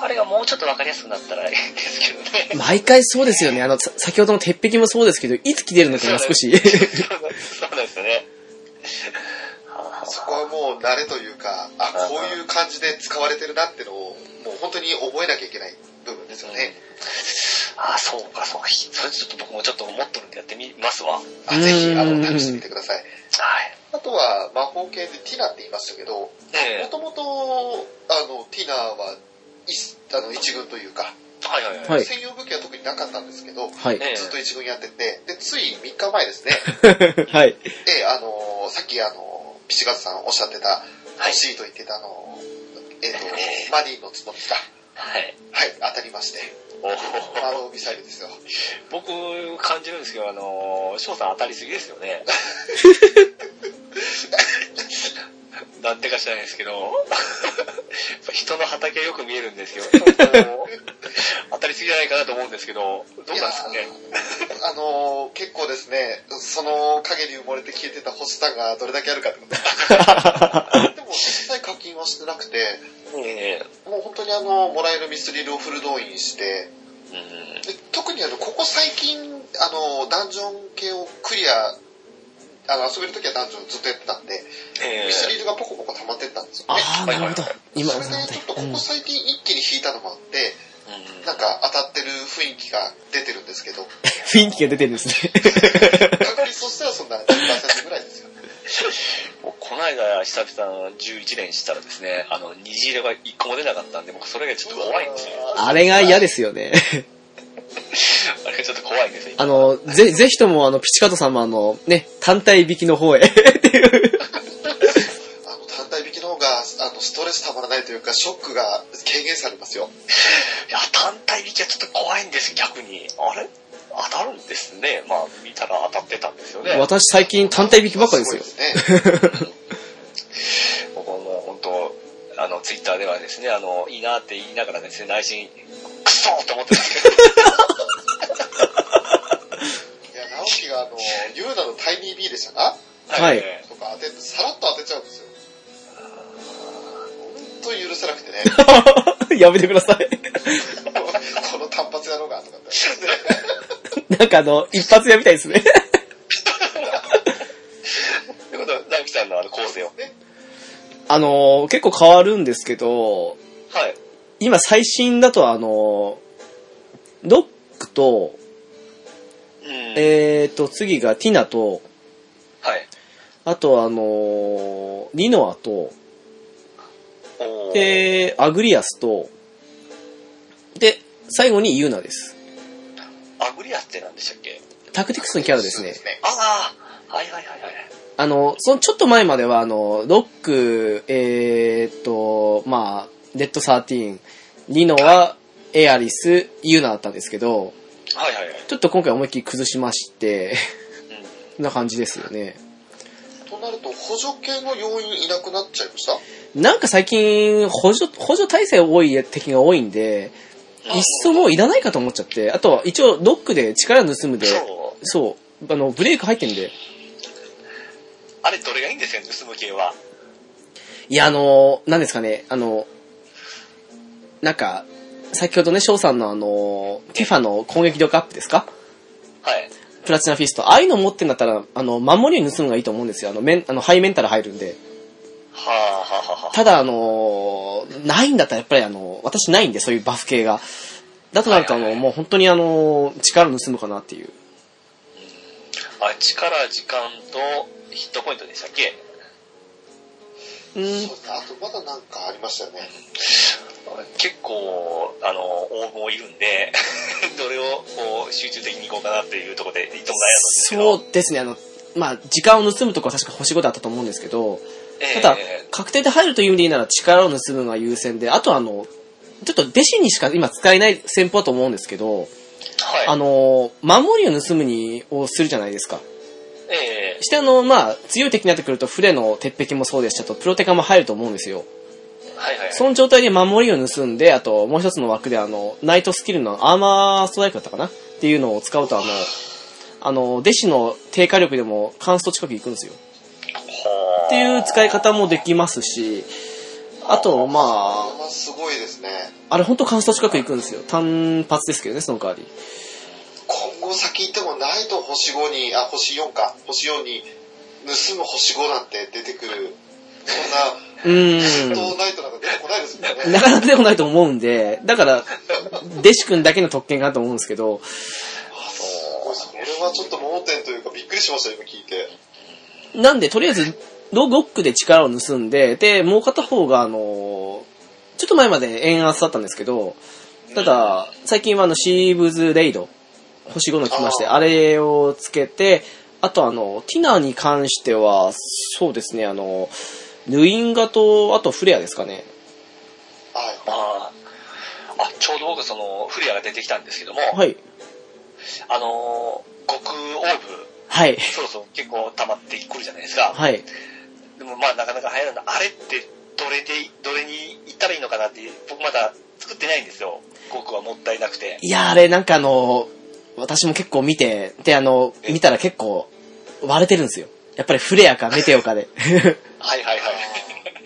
あれがもうちょっとわかりやすくな ったらいいんですけどね。毎回そうですよね。あの、さ先ほどの鉄壁もそうですけど、いつ切れるのかが少し。 そうなんですよね。そこはもう慣れというか、あ、こういう感じで使われてるなってのを、もう本当に覚えなきゃいけない部分ですよね。ああ、そうか、そうか。それちょっと僕もちょっと思っとるんでやってみますわ。はい。あぜひ、あうの、ん試してみてください。あとは、魔法系でティナって言いましたけど、もええともと、あの、ティナは一、あの、一軍というか、はいはいはい。はい専用武器は特になかったんですけど、はい。ええずっと一軍やってて、で、つい3日 前ですね、 はい。ええ、あのーさっきあのーピチカズさんおっしゃってた、はい欲しいと言ってたあのーえっ、と、マディの角みか。はい。はい、当たりまして。おーマローミサイルですよ。 僕感じるんですけど、あのー、翔さん当たりすぎですよ ね。なんてか知らないですけど、やっぱ人の畑はよく見えるんです よ。当たりすぎじゃないかなと思うんですけど、どうなんですかね。あのー結構ですね、その影に埋もれて消えてた星さんがどれだけあるかって ことでも実際課金はしてなくて、ええもう本当にあのもらえるミスリルをフル動員して、うんで特にあのここ最近あのダンジョン系をクリアあの遊べる時はダンジョンずっとやってたんで、ええミスリルがポコポコ溜まってったんですよね。ああ、なるほど。今、それなでるほちょっとど。こうんこ最近一気に引いたのもあって、うんなんか当たってる雰囲気が出てるんですけど、雰囲気が出てるんです ね。確率としてはそんな10%ぐらいですよ。。もうこの間久々の11連したらですね、あの、虹色が1個も出なかったんで、僕それがちょっと怖いんですよ。あれが嫌ですすよね。あれがちょっと怖いんですよ。あの、ぜ、ぜひとも、あの、ピチカート様、あの、ね、単体引きの方へっていう。あの単体引きの方があのストレスたまらないというか、ショックが軽減されますいよ。や、単体引きはちょっと怖いんです、逆に。あれ当たるんですね。まあ、見たら当たってたんですよね。もう 私最近単体引きばっかりですよ。すごいですね。本当、あの、ツイッターではですね、あの、いいなって言いながらですね、内心、クソーと思ってたんですけど、いや、直樹があの、ユーナのタイニー B でしたかはいえとか当て、さらっと当てちゃうんですよ。本当に許せなくてね、 やめてください。この単発やろうがとかって。なんかあの、一発屋みたいですね。ーということで、直樹さんのあの構成を。はい。あの、結構変わるんですけど、今最新だとあの、ロックと、うん。えーと、次がティナと、はい。あとあの、リノアと、おー、で、アグリアスと、最後にユーナです。アグリアスって何でしたっけタクティクスのキャラですね。ああ、はいはいはいはい。あの、そのちょっと前までは、あの、ロック、えーっと、まあ、レッド13、ニノはエアリス、ユーナだったんですけど、はいはいはい。ちょっと今回思いっきり崩しまして、 こんうんな感じですよね。となると、補助系の要因いなくなっちゃいました。なんか最近、補助、補助体制多い敵が多いんで、いっそもういらないかと思っちゃって、あとは一応ロックで力盗むで、そう。そう、あの、ブレーク入ってんで、あれ、どれがいいんですよ、盗む系は。いや、あの、なんですかね、あの、なんか、先ほどね、翔さんのあの、ケファの攻撃力アップですかはい。プラチナフィスト。ああいうの持ってんだったら、あの、守りを盗むのがいいと思うんですよ。あの、メン、あの、ハイメンタル入るんで。はあはあはあはあ。ただ、あの、ないんだったらやっぱりあの、私ないんで、そういうバフ系が。だとなると、あはいの、はいもう本当にあの、力盗むかなっていう。あれ、力、時間とヒットポイントでしたっけうんそう、ですね。あと、まだなんかありましたよね。結構、あの、応募いるんで、 どれをこう集中的にいこうかなっていうところで、いつも悩むんですけど。そうですね、あの、まあ、時間を盗むとこは確か星5であったと思うんですけど、えたえだ、確定で入るという意味でいいなら力を盗むのが優先で、あとあの、ちょっと弟子にしか今使えない戦法だと思うんですけど、はい。あの、守りを盗むに、をするじゃないですか。ええしてあの、まあ、強い敵になってくると、フレの鉄壁もそうでしたと、プロテカも入ると思うんですよ。はいはいはい。その状態で守りを盗んで、あと、もう一つの枠であの、ナイトスキルのアーマーストライクだったかなっていうのを使うと、あの、あの、弟子の低火力でもカンスト近く行くんですよ。はあっていう使い方もできますし、あと、まあ、あれはすごいですね。あれ本当カンスト近く行くんですよ。単発ですけどね、その代わり。今後先行ってもないと星5に、あ、星4か、星4に、盗む星5なんて出てくる。そうんな、ーノーナイトなんか出てこないですもんね。ん。なかなかでもないと思うんで、だから、弟子くんだけの特権かなと思うんですけど、これそれはちょっと盲点というかびっくりしました、今聞いて。なんでとりあえず、ロゴックで力を盗んで、で、もう片方があのー、ちょっと前まで円安だったんですけど、ただ、最近はあの、シーブズ・レイド、星5の来まして、あーあれをつけて、あとあの、ティナに関しては、そうですね、あの、ヌインガと、あとフレアですかね。はい。あああちょうど僕、その、フリアが出てきたんですけども、はい。あのー、極オーブ、はい。そろそろ結構溜まってくるじゃないですか。はい。でもまあなかなか流行らない。あれってどれで、どれに行ったらいいのかなって、僕まだ作ってないんですよ。僕はもったいなくて。いや、あれ、なんかあの、私も結構見て、で、あの、見たら結構割れてるんですよ。やっぱりフレアかメテオかで。 はいはいは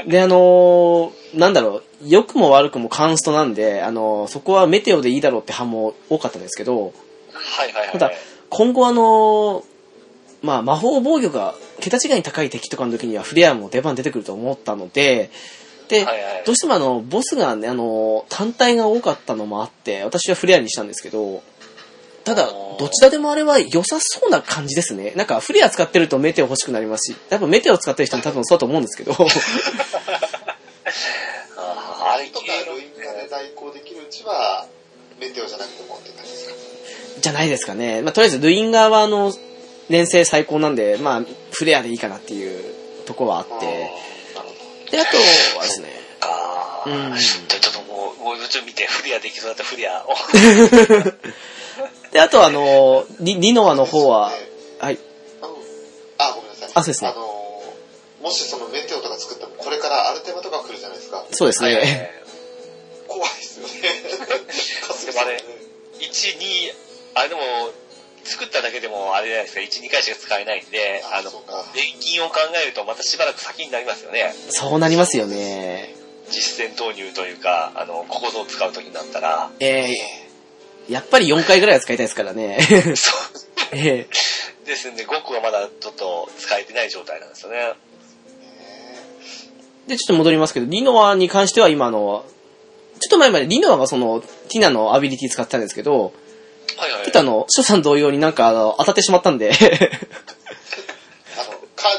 い。で、あのーなんだろう、良くも悪くもカンストなんで、あのーそこはメテオでいいだろうって反も多かったんですけど、はいはいはいただはい。、今後あのーまあ、魔法防御が桁違いに高い敵とかの時にはフレアも出番出てくると思ったので、で、はいはいどうしてもあの、ボスがね、あのー単体が多かったのもあって、私はフレアにしたんですけど、ただあ、ーどちらでもあれは良さそうな感じですね。なんか、フレア使ってるとメテオ欲しくなりますし、多分メテオ使ってる人も多分そうだと思うんですけど、あーあれとか、ロインがね、代行できるうちは、メテオじゃなくてもって感じですか。じゃないですかね。まあ、とりあえず、ルイン側は、の、連成最高なんで、まあ、フレアでいいかなっていうとこはあっあーて。なるほどで、あとはですね、かうんじゃあちょっともう、もうちょっと見て、フリアできそうだったらフリアを。で、あとはあの、リリノアの方は、はい、うんあ、ごめんなさい。あそうですねあのーもしそのメテオとか作っても、これからアルテマとか来るじゃないですか。そうですはいはいね。は怖いです よね。でもあれい1、2、あれでも、作っただけでもあれじゃないですか、1、2回しか使えないんで、ああのそうか、年金を考えるとまたしばらく先になりますよね。 そうなりますよね。実践投入というか、あの、ここぞを使う時になったら。えー、やっぱり4回ぐらいは使いたいですからね。そう。えですんで、5区はまだちょっと使えてない状態なんですよね。ーで、ちょっと戻りますけど、リノアに関しては今あの、ちょっと前までリノアがその、ティナのアビリティ使ってたんですけど、はいはい。ちょっとあの、ショさん同様になんかあの、当たってしまったんで、 あの、カーデ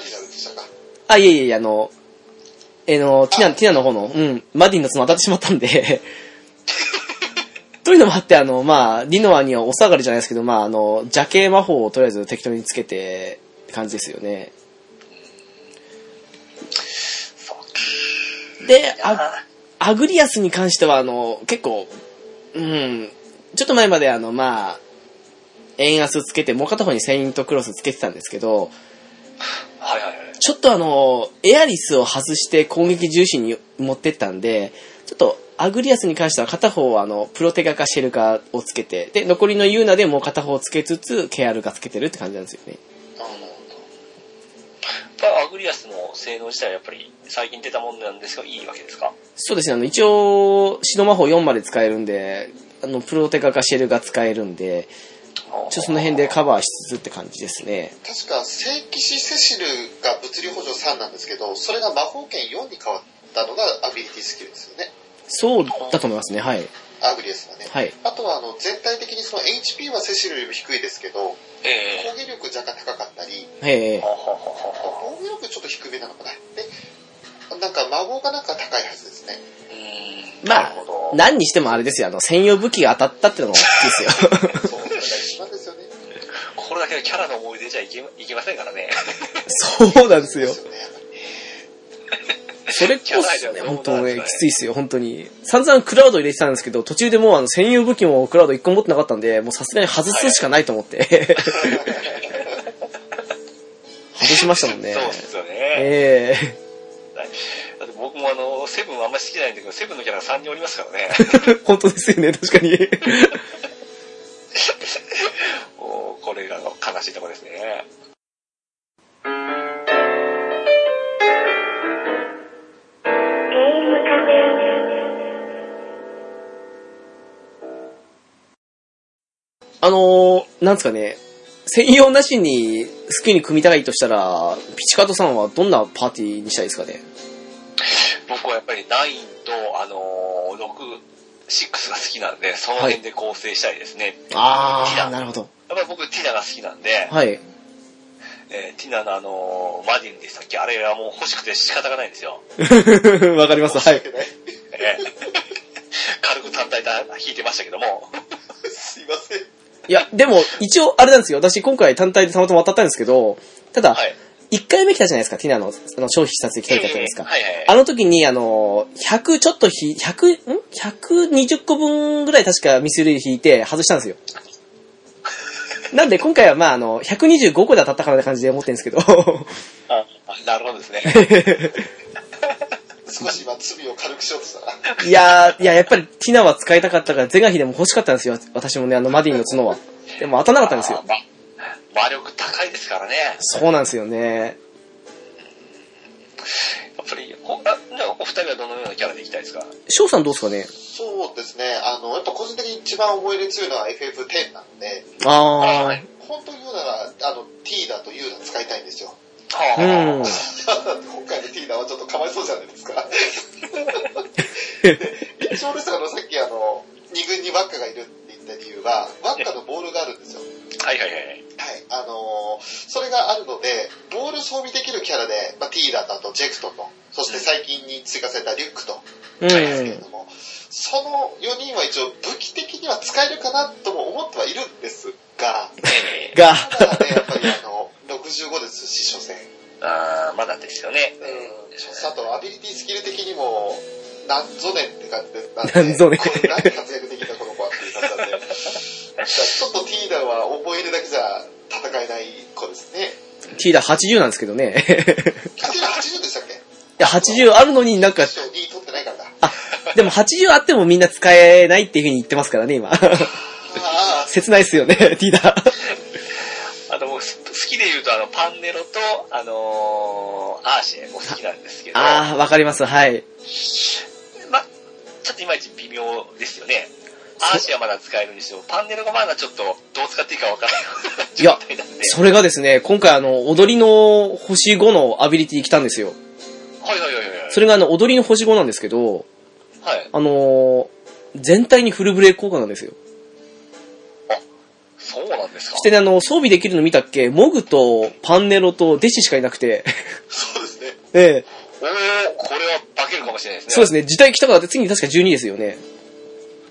ィナルでしたか。あ、いえいえいえ、あの、えーの、ティナ、ティナの方の、うん、マディンの角当たってしまったんで、 というのもあって、あの、まあ、リノアにはお下がりじゃないですけど、まあ、あの、邪形魔法をとりあえず適当につけて、って感じですよね。で、あ、アグリアスに関しては、あの、結構、うん、ちょっと前まであの、まあ、円安つけて、もう片方にセイントクロスつけてたんですけど、はいはいはい。ちょっとあの、エアリスを外して攻撃重視に持ってったんで、ちょっと、アグリアスに関しては片方はあの、プロテガかシェルカをつけて、で、残りのユーナでもう片方つけつつ、ケアルがつけてるって感じなんですよね。やっぱアグリアスの性能自体はやっぱり最近出たもんなんですが、いいわけですかそうですね、あの、一応、シノ魔法4まで使えるんで、あの、プロテガかシェルが使えるんで、ちょっとその辺でカバーしつつって感じですね。確か、聖騎士セシルが物理補助3なんですけど、それが魔法剣4に変わったのがアビリティスキルですよね。そうだと思いますね、はい。アグリアスはね。はい。あとは、あの、全体的にその HP はセシルよりも低いですけど、ええ攻撃力若干高かったり、ええははははは防御力ちょっと低めなのかな。で、なんか、魔法がなんか高いはずですね。うーん。まなるほどあ、。何にしてもあれですよ、あの、専用武器が当たったってのも大きいですよ。そう、それが一番ですよね。これだけのキャラの思い出じゃいけいけませんからね。 そうなんですよ。よね。やっぱりそれこキャラじそゃねね、本当ね、きついですよ、本当に。散々クラウド入れてたんですけど、途中でもうあの、専用武器もクラウド1個持ってなかったんで、もうさすがに外すしかないと思って。 外しましたもんね。そうですよね。えだって僕もあの、セブンあんまり好きじゃないんだけど、セブンのキャラ3人おりますから ね。え本当ですよね、確かに。おーこれがの悲しいとこですね。あのー、なんですかね、専用なしに好きに組みたいとしたら、ピチカートさんはどんなパーティーにしたいですかね。僕はやっぱり9と、あのー、6、6が好きなんで、その辺で構成したいですね。あー、なるほど。やっぱり僕、ティナが好きなんで、はい。 えーティナのあのーマディンでしたっけあれはもう欲しくて仕方がないんですよ。わかります、はい。えー軽く単体弾引いてましたけども。すいません。いや、でも、一応、あれなんですよ。私、今回単体でたまたま当たったんですけど、ただ、はい。 1回目来たじゃないですか、ティナの、あの、消費撮影来た時だったじゃないですか。はいはいはい。あの時に、あの、100、ちょっとひ、100、ん ?120 個分ぐらい確かミスリー引いて外したん ですよ。なんで今回はまああの、125個で当たったかなって感じで思ってるんですけ ど。ああなるほどですね。少し今、罪を軽くしようとしたら。いやー、いや、やっぱりティナは使いたかったから、ゼガヒでも欲しかったんですよ。私もね、あの、マディンの角は。でも当たんなかったんですよあ。ま魔力高いですからね。そうなんですよね。やっぱり、ほあじゃあお二人はどのようなキャラでいきたいですか翔さんどうですかねそうですね。あの、やっぱ個人的に一番思い入れ強いのは FF10 なので、あはいー。本当に言うなら、あの、T だと U だ使いたいんですよ。うん。今回のティーナはちょっとかわいそうじゃないですか。一応ですからさっきあの、二軍にワッカがいるって言った理由は、ワッカのボールがあるんですよ。はい。はいはいはい。あのーそれがあるので、ボール装備できるキャラで、まあ、ティーラとジェクトと、そして最近に追加されたリュックと、うん。ですけれども、その4人は一応武器的には使えるかなとも思ってはいるんですが、が、ただね、やっぱりあの、65ですし、所詮。あーまだですよね。あと、アビリティスキル的にも、なんぞねって感じで、なんなんぞねこれ何活躍できたこの子はっていう感じなんで、だからちょっとティーダは思い入れだけじゃ戦えない子ですね。ティーダ80なんですけどね。あティーダ80でしたっけいや、80あるのになんか、賞2位取ってないからだ。あ、 でも80あってもみんな使えないっていう風に言ってますからね、今。 ああ、切ないっすよね、 ティーダ。あと僕、す好きで言うと、あの、パンネロと、あのーアーシェも好きなんですけど、あー、わかります、はい。ま、ちょっといまいち微妙ですよね。アーシェはまだ使えるんですよ。パンネロがまだちょっと、どう使っていいかわからないいや状態なんで。それがですね、今回あの、踊りの星5のアビリティ来たんですよ。はいはいはいはいはい。それがあの、踊りの星5なんですけど、はい。あのー全体にフルブレーク効果なんですよ。そうなんですかそし。てね、あの、装備できるの見たっけモグとパンネロとデシしかいなくて。そうですね。 ええおー、これは化けるかもしれないですね。そうですね、時代来たからって次に確か12ですよね。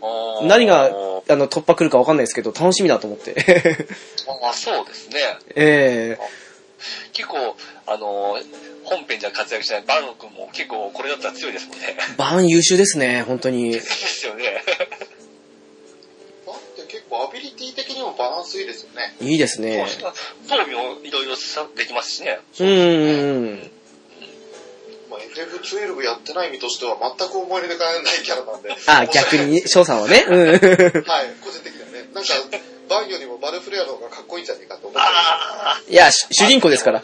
あーー何が、あの、突破来るかわかんないですけど、楽しみだと思って。 あそうですね。ええ結構、あのー本編じゃ活躍しないバンロ君も結構これだったら強いですもんね。 バーン優秀ですね、本当に。ですよね。だって結構アビリティ的にもバランスいいですよね。いいですね。装備もいろいろさできますしね。うーん。まあ、FF12 やってない身としては全く思い入れがないキャラなんで。あ、逆にね、翔さんはね。うん。はい、個人的にはね。なんか、バンよりもバルフレアの方がかっこいいんじゃねえかと思ってあいや、し主人公です から。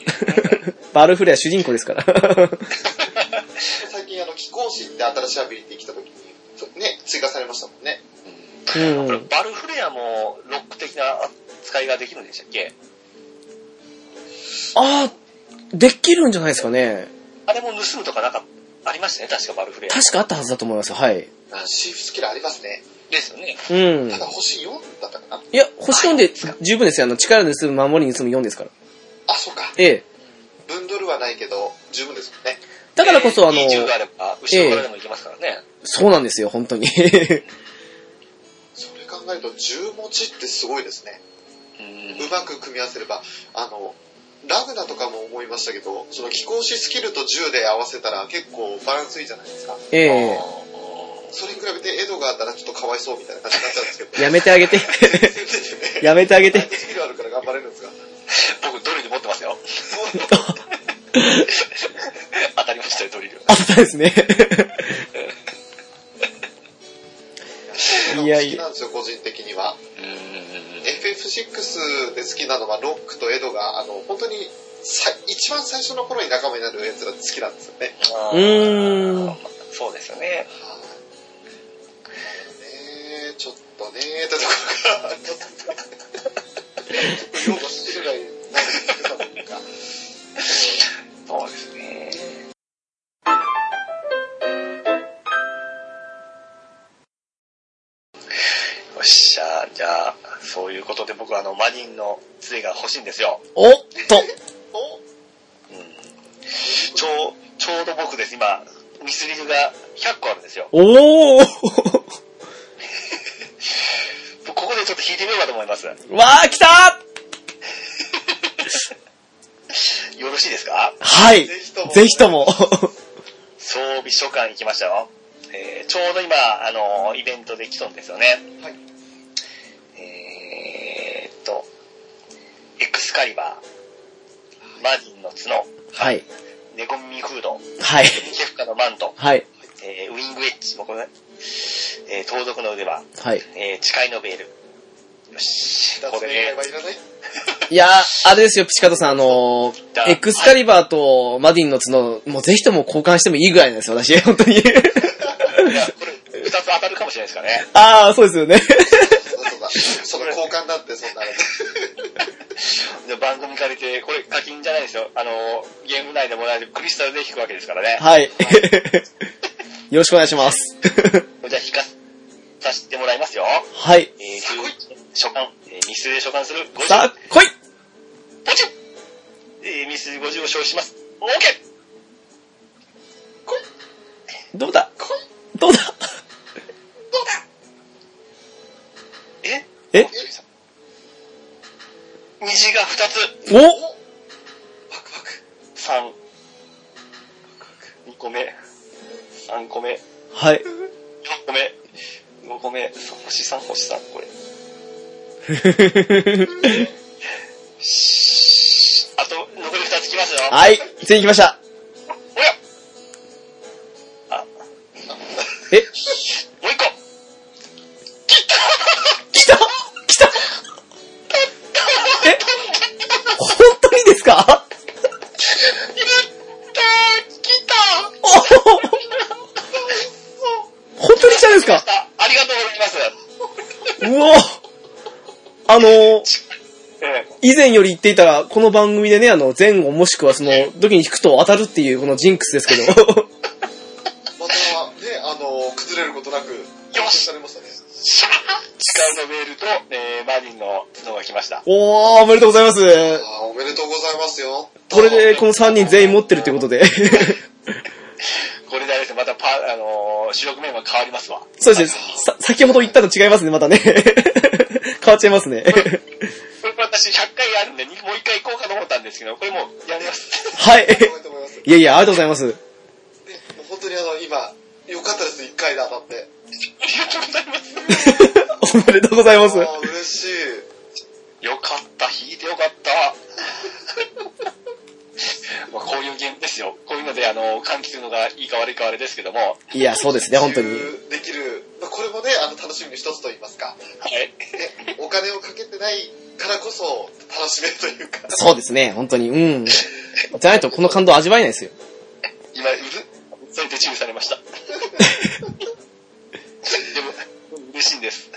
バルフレア主人公ですから。最近あの、貴公子って新しいアビリティ来た時に、ね、追加されましたもんね。うんあ、。バルフレアもロック的な使いができるんでしたっけあーできるんじゃないですかね。あれも盗むとかなんかありましたね、確かバルフレア。確かあったはずだと思いますよ。はい。あシーフスキルありますね。ですよね。うん。ただ星4だったかな。いや、星4で十分ですよ。あの、力で進む、守りに進む4ですから。あ、そうか。ええ。ブンドルはないけど、十分ですもんね。だからこそ、あの、 20があれば、後ろからでもいけますからね。そうなんですよ、本当に。 それ考えると、10持ちってすごいですね。うんうまく組み合わせれば、あの、ラグナとかも思いましたけど、その貴公子スキルと銃で合わせたら結構バランスいいじゃないですか。ええ。あそれに比べてエドガーだらちょっとかわいそうみたいな感じになっちゃうんですけど。 やめてあげて。 やめてあげて。スキルあるから頑張れるんですが。ー僕ドリル持ってます よ。当たりましたよ、ドリル。あったですね。いいややいや好きなんですよ、個人的には。うん。 FF6 で好きなのはロックとエドが、あの、本当にさ一番最初の頃に仲間になるやつら好きなんですよね。あうーん。そうですよね。ねえちょっとねえってところから、ちょっとねちょっと擁護しづらいなっていうか。そうですね。よっしゃ、じゃあ、そういうことで僕はあの、マニンの杖が欲しいんですよ。おっと。おうん。ちょう、ちょうど僕です、今、ミスリルが100個あるんですよ。おー。ここでちょっと引いてみようかと思います。よわー、来たろしいですかはい。ぜひともぜひとも。装備所管行きましたよ。えーちょうど今、あのイベントで来とんですよね。はい。えーっと、エクスカリバー、マジンの角、はい。ネゴミフード、はい。ケフカのマント、はい。えーウィングエッジ、もうこれね、えー盗賊の腕輪、はい。えー誓いのベール。よし、こ脱れ名ね以外、はいらないいやー、あれですよ、ピチカトさん、あのーだ、エクスカリバーとマディンの角、もうぜひとも交換してもいいぐらいなんですよ、私、 本当 に。いやこれ、二つ当たるかもしれないですからね。あー、そうですよね。 そうだそうだその交換だってそんなの。で番組借りて、これ課金じゃないですよ。あのゲーム内でもらえるクリスタルで引くわけですからね。はい。 よろしくお願いします。 じゃあ引かさせてもらいますよ。はい。えー、所管、えー、ミスで所管する50。さあ、来いポチッえー、ミス50を消費します。オーケどうだどうだーええ虹が2おパクパク。つ。3。2個目。3個目。4はい。個目。5個目。そう星3、星3、これ。 しーあと、残り2つきますよ。はい、ついに来ました。おやあ、え、もう1個来た来た え本当にですか来たお本当に来たんですかあありがとうございます。うおあのー、え以前より言っていた、この番組でね、あの、前後もしくはその、時に引くと当たるっていう、このジンクスですけど。また、ね、あの、崩れることなく、よしされましたね。シャー使うのメールと、えー、マリンの角が来ました。おー、おめでとうございます。あーおめでとうございますよ。これで、この3人全員持ってるということで。これであれですねまたパ、あのー、主力メンバー変わりますわ。そうですね。さ先ほど言ったの違いますね、またね。変わっちゃいますね。これ私100回あるんで、にもう一回行こうかと思ったんですけど、これもうやります。 はい。ごめんと思います。いやいや、ありがとうございます。もう本当にあの、今、よかったです、一回で当たって。ありがとうございます。おめでとうございます。ああ、嬉しい。よかった、引いてよかった。 まあこういうゲームですよ。こういうので、あの、換気するのがいいか悪いかはあれですけども、はいや、そうですね、本当に。できる、まあ、これもね、あの、楽しみの一つと言いますか。い。ね、お金をかけてないからこそ、楽しめるというか。そうですね、本当に。うん。じゃないとこの感動味わえないですよ。今、うる、それで注意されました。でも、嬉しいんです。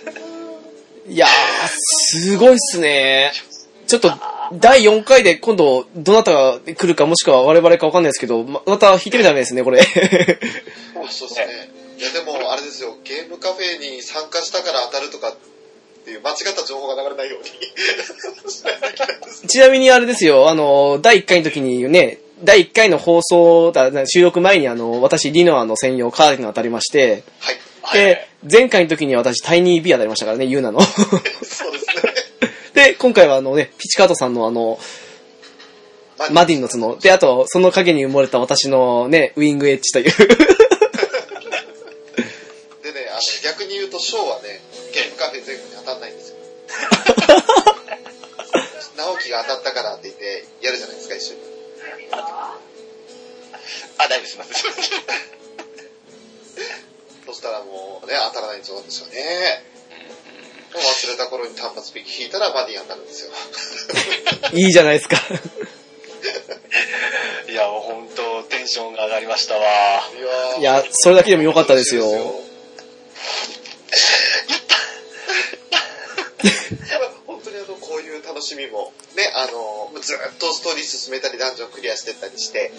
いやー、すごいっすね。ちょっと、第4回で今度、どなたが来るかもしくは我々かわかんないですけど、ままた弾いてみたらダメですね、これ。 そうですね。いや、でも、あれですよ、ゲームカフェに参加したから当たるとかっていう間違った情報が流れないように。 ちなみにあれですよ、あの、第1回の時にね、第1回の放送だ、な収録前にあの、私、リノアの専用カーディナー当たりまして、はい。で、前回の時に私、タイニービア当たりましたからね、ユーナの。 そうですね。で、今回はあのね、ピチカートさんのあの、 マディンの角。で、あと、その影に埋もれた私のね、ウィングエッジという。 でね、あの、逆に言うと、ショーはね、ゲームカフェ全部に当たんない んですよ。直樹が当たったからって言って、やるじゃないですか、一緒に。あ、大丈夫です、すいません。そしたらもうね、当たらないと思うんですよね。もう忘れた頃に単発ピッキ引いたらバディアになるんですよ。いいじゃないですか。いや、もう本当、テンションが上がりましたわ。いや、それだけでもよかったですよ。やっぱ本当にあの、こういう楽しみも、ね、あの、ずっとストーリー進めたり、ダンジョンクリアしてったりして、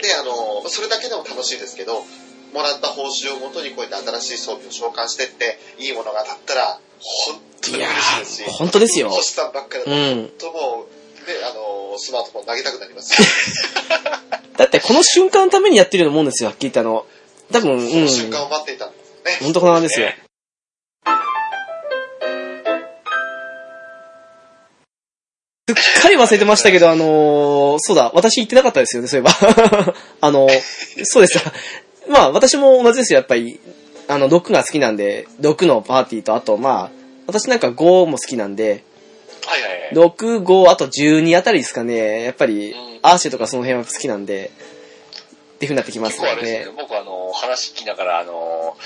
で、あの、それだけでも楽しいですけど、もらった報酬をもとにこうやって新しい装備を召喚してって、いいものが当たったら、本当にいや嬉しいですー、し、本当ですよ。星さんばっかりうだと、本ん。当もう、ね、あの、スマートフォン投げたくなりますよ。だって、この瞬間のためにやってるようなもんですよ、はっきり言ってあの。多分、うそんの。瞬間を待っていたんですよね。本当こんな感じですよ。すっかり忘れてましたけど、あのーそうだ、私言ってなかったですよね、そういえば。 あのーそうです。 まあ、私も同じですよ、やっぱり。あの、6が好きなんで、6のパーティーと、あと、まあ、私なんか5も好きなんで、はいはいはい。 6、5、あと12あたりですかね。やっぱりうん、アーシェとかその辺は好きなんで、っていう風になってきます結構のあれですでね、。僕あの、話聞きながら、あの、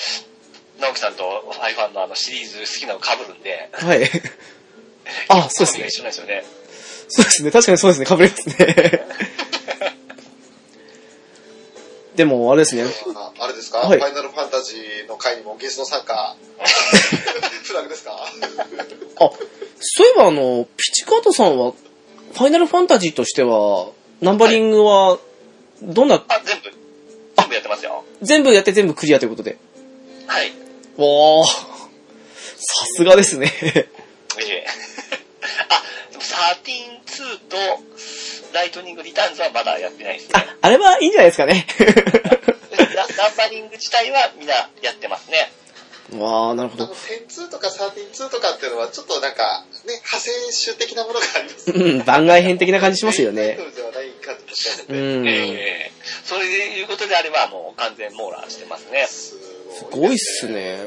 直樹さんとファイファンのあのシリーズ好きなの被るんで、はい。 あ、そうですね好みが。一緒なんですよね。そうですね、確かにそうですね、被ります ね。でも、あれですね、ああれですか、はいファイナルファンタジーの回にもゲスト 参加。フラグですかあ、そういえばあの、ピチカートさんは、ファイナルファンタジーとしては、ナンバリングは、どんな、あ、全部、全部やってますよ。全部やって全部クリアということで。はい。わー、さすがですね。ええ あ、でも132と、ライトニングリターンズはまだやってないですね。あれはいいんじゃないですかね。 ラナンバリング自体はみんなやってますね。 わー、なるほあの、ど。 102とか132とかっていうのは、ちょっとなんか、ね、派生種的なものがあります。うん、番外編的な感じしますよねタイト。ルではない感じもしますうね。ん。ええそれでいうことであれば、もう完全網羅してますね。すすごい。ごいっすね。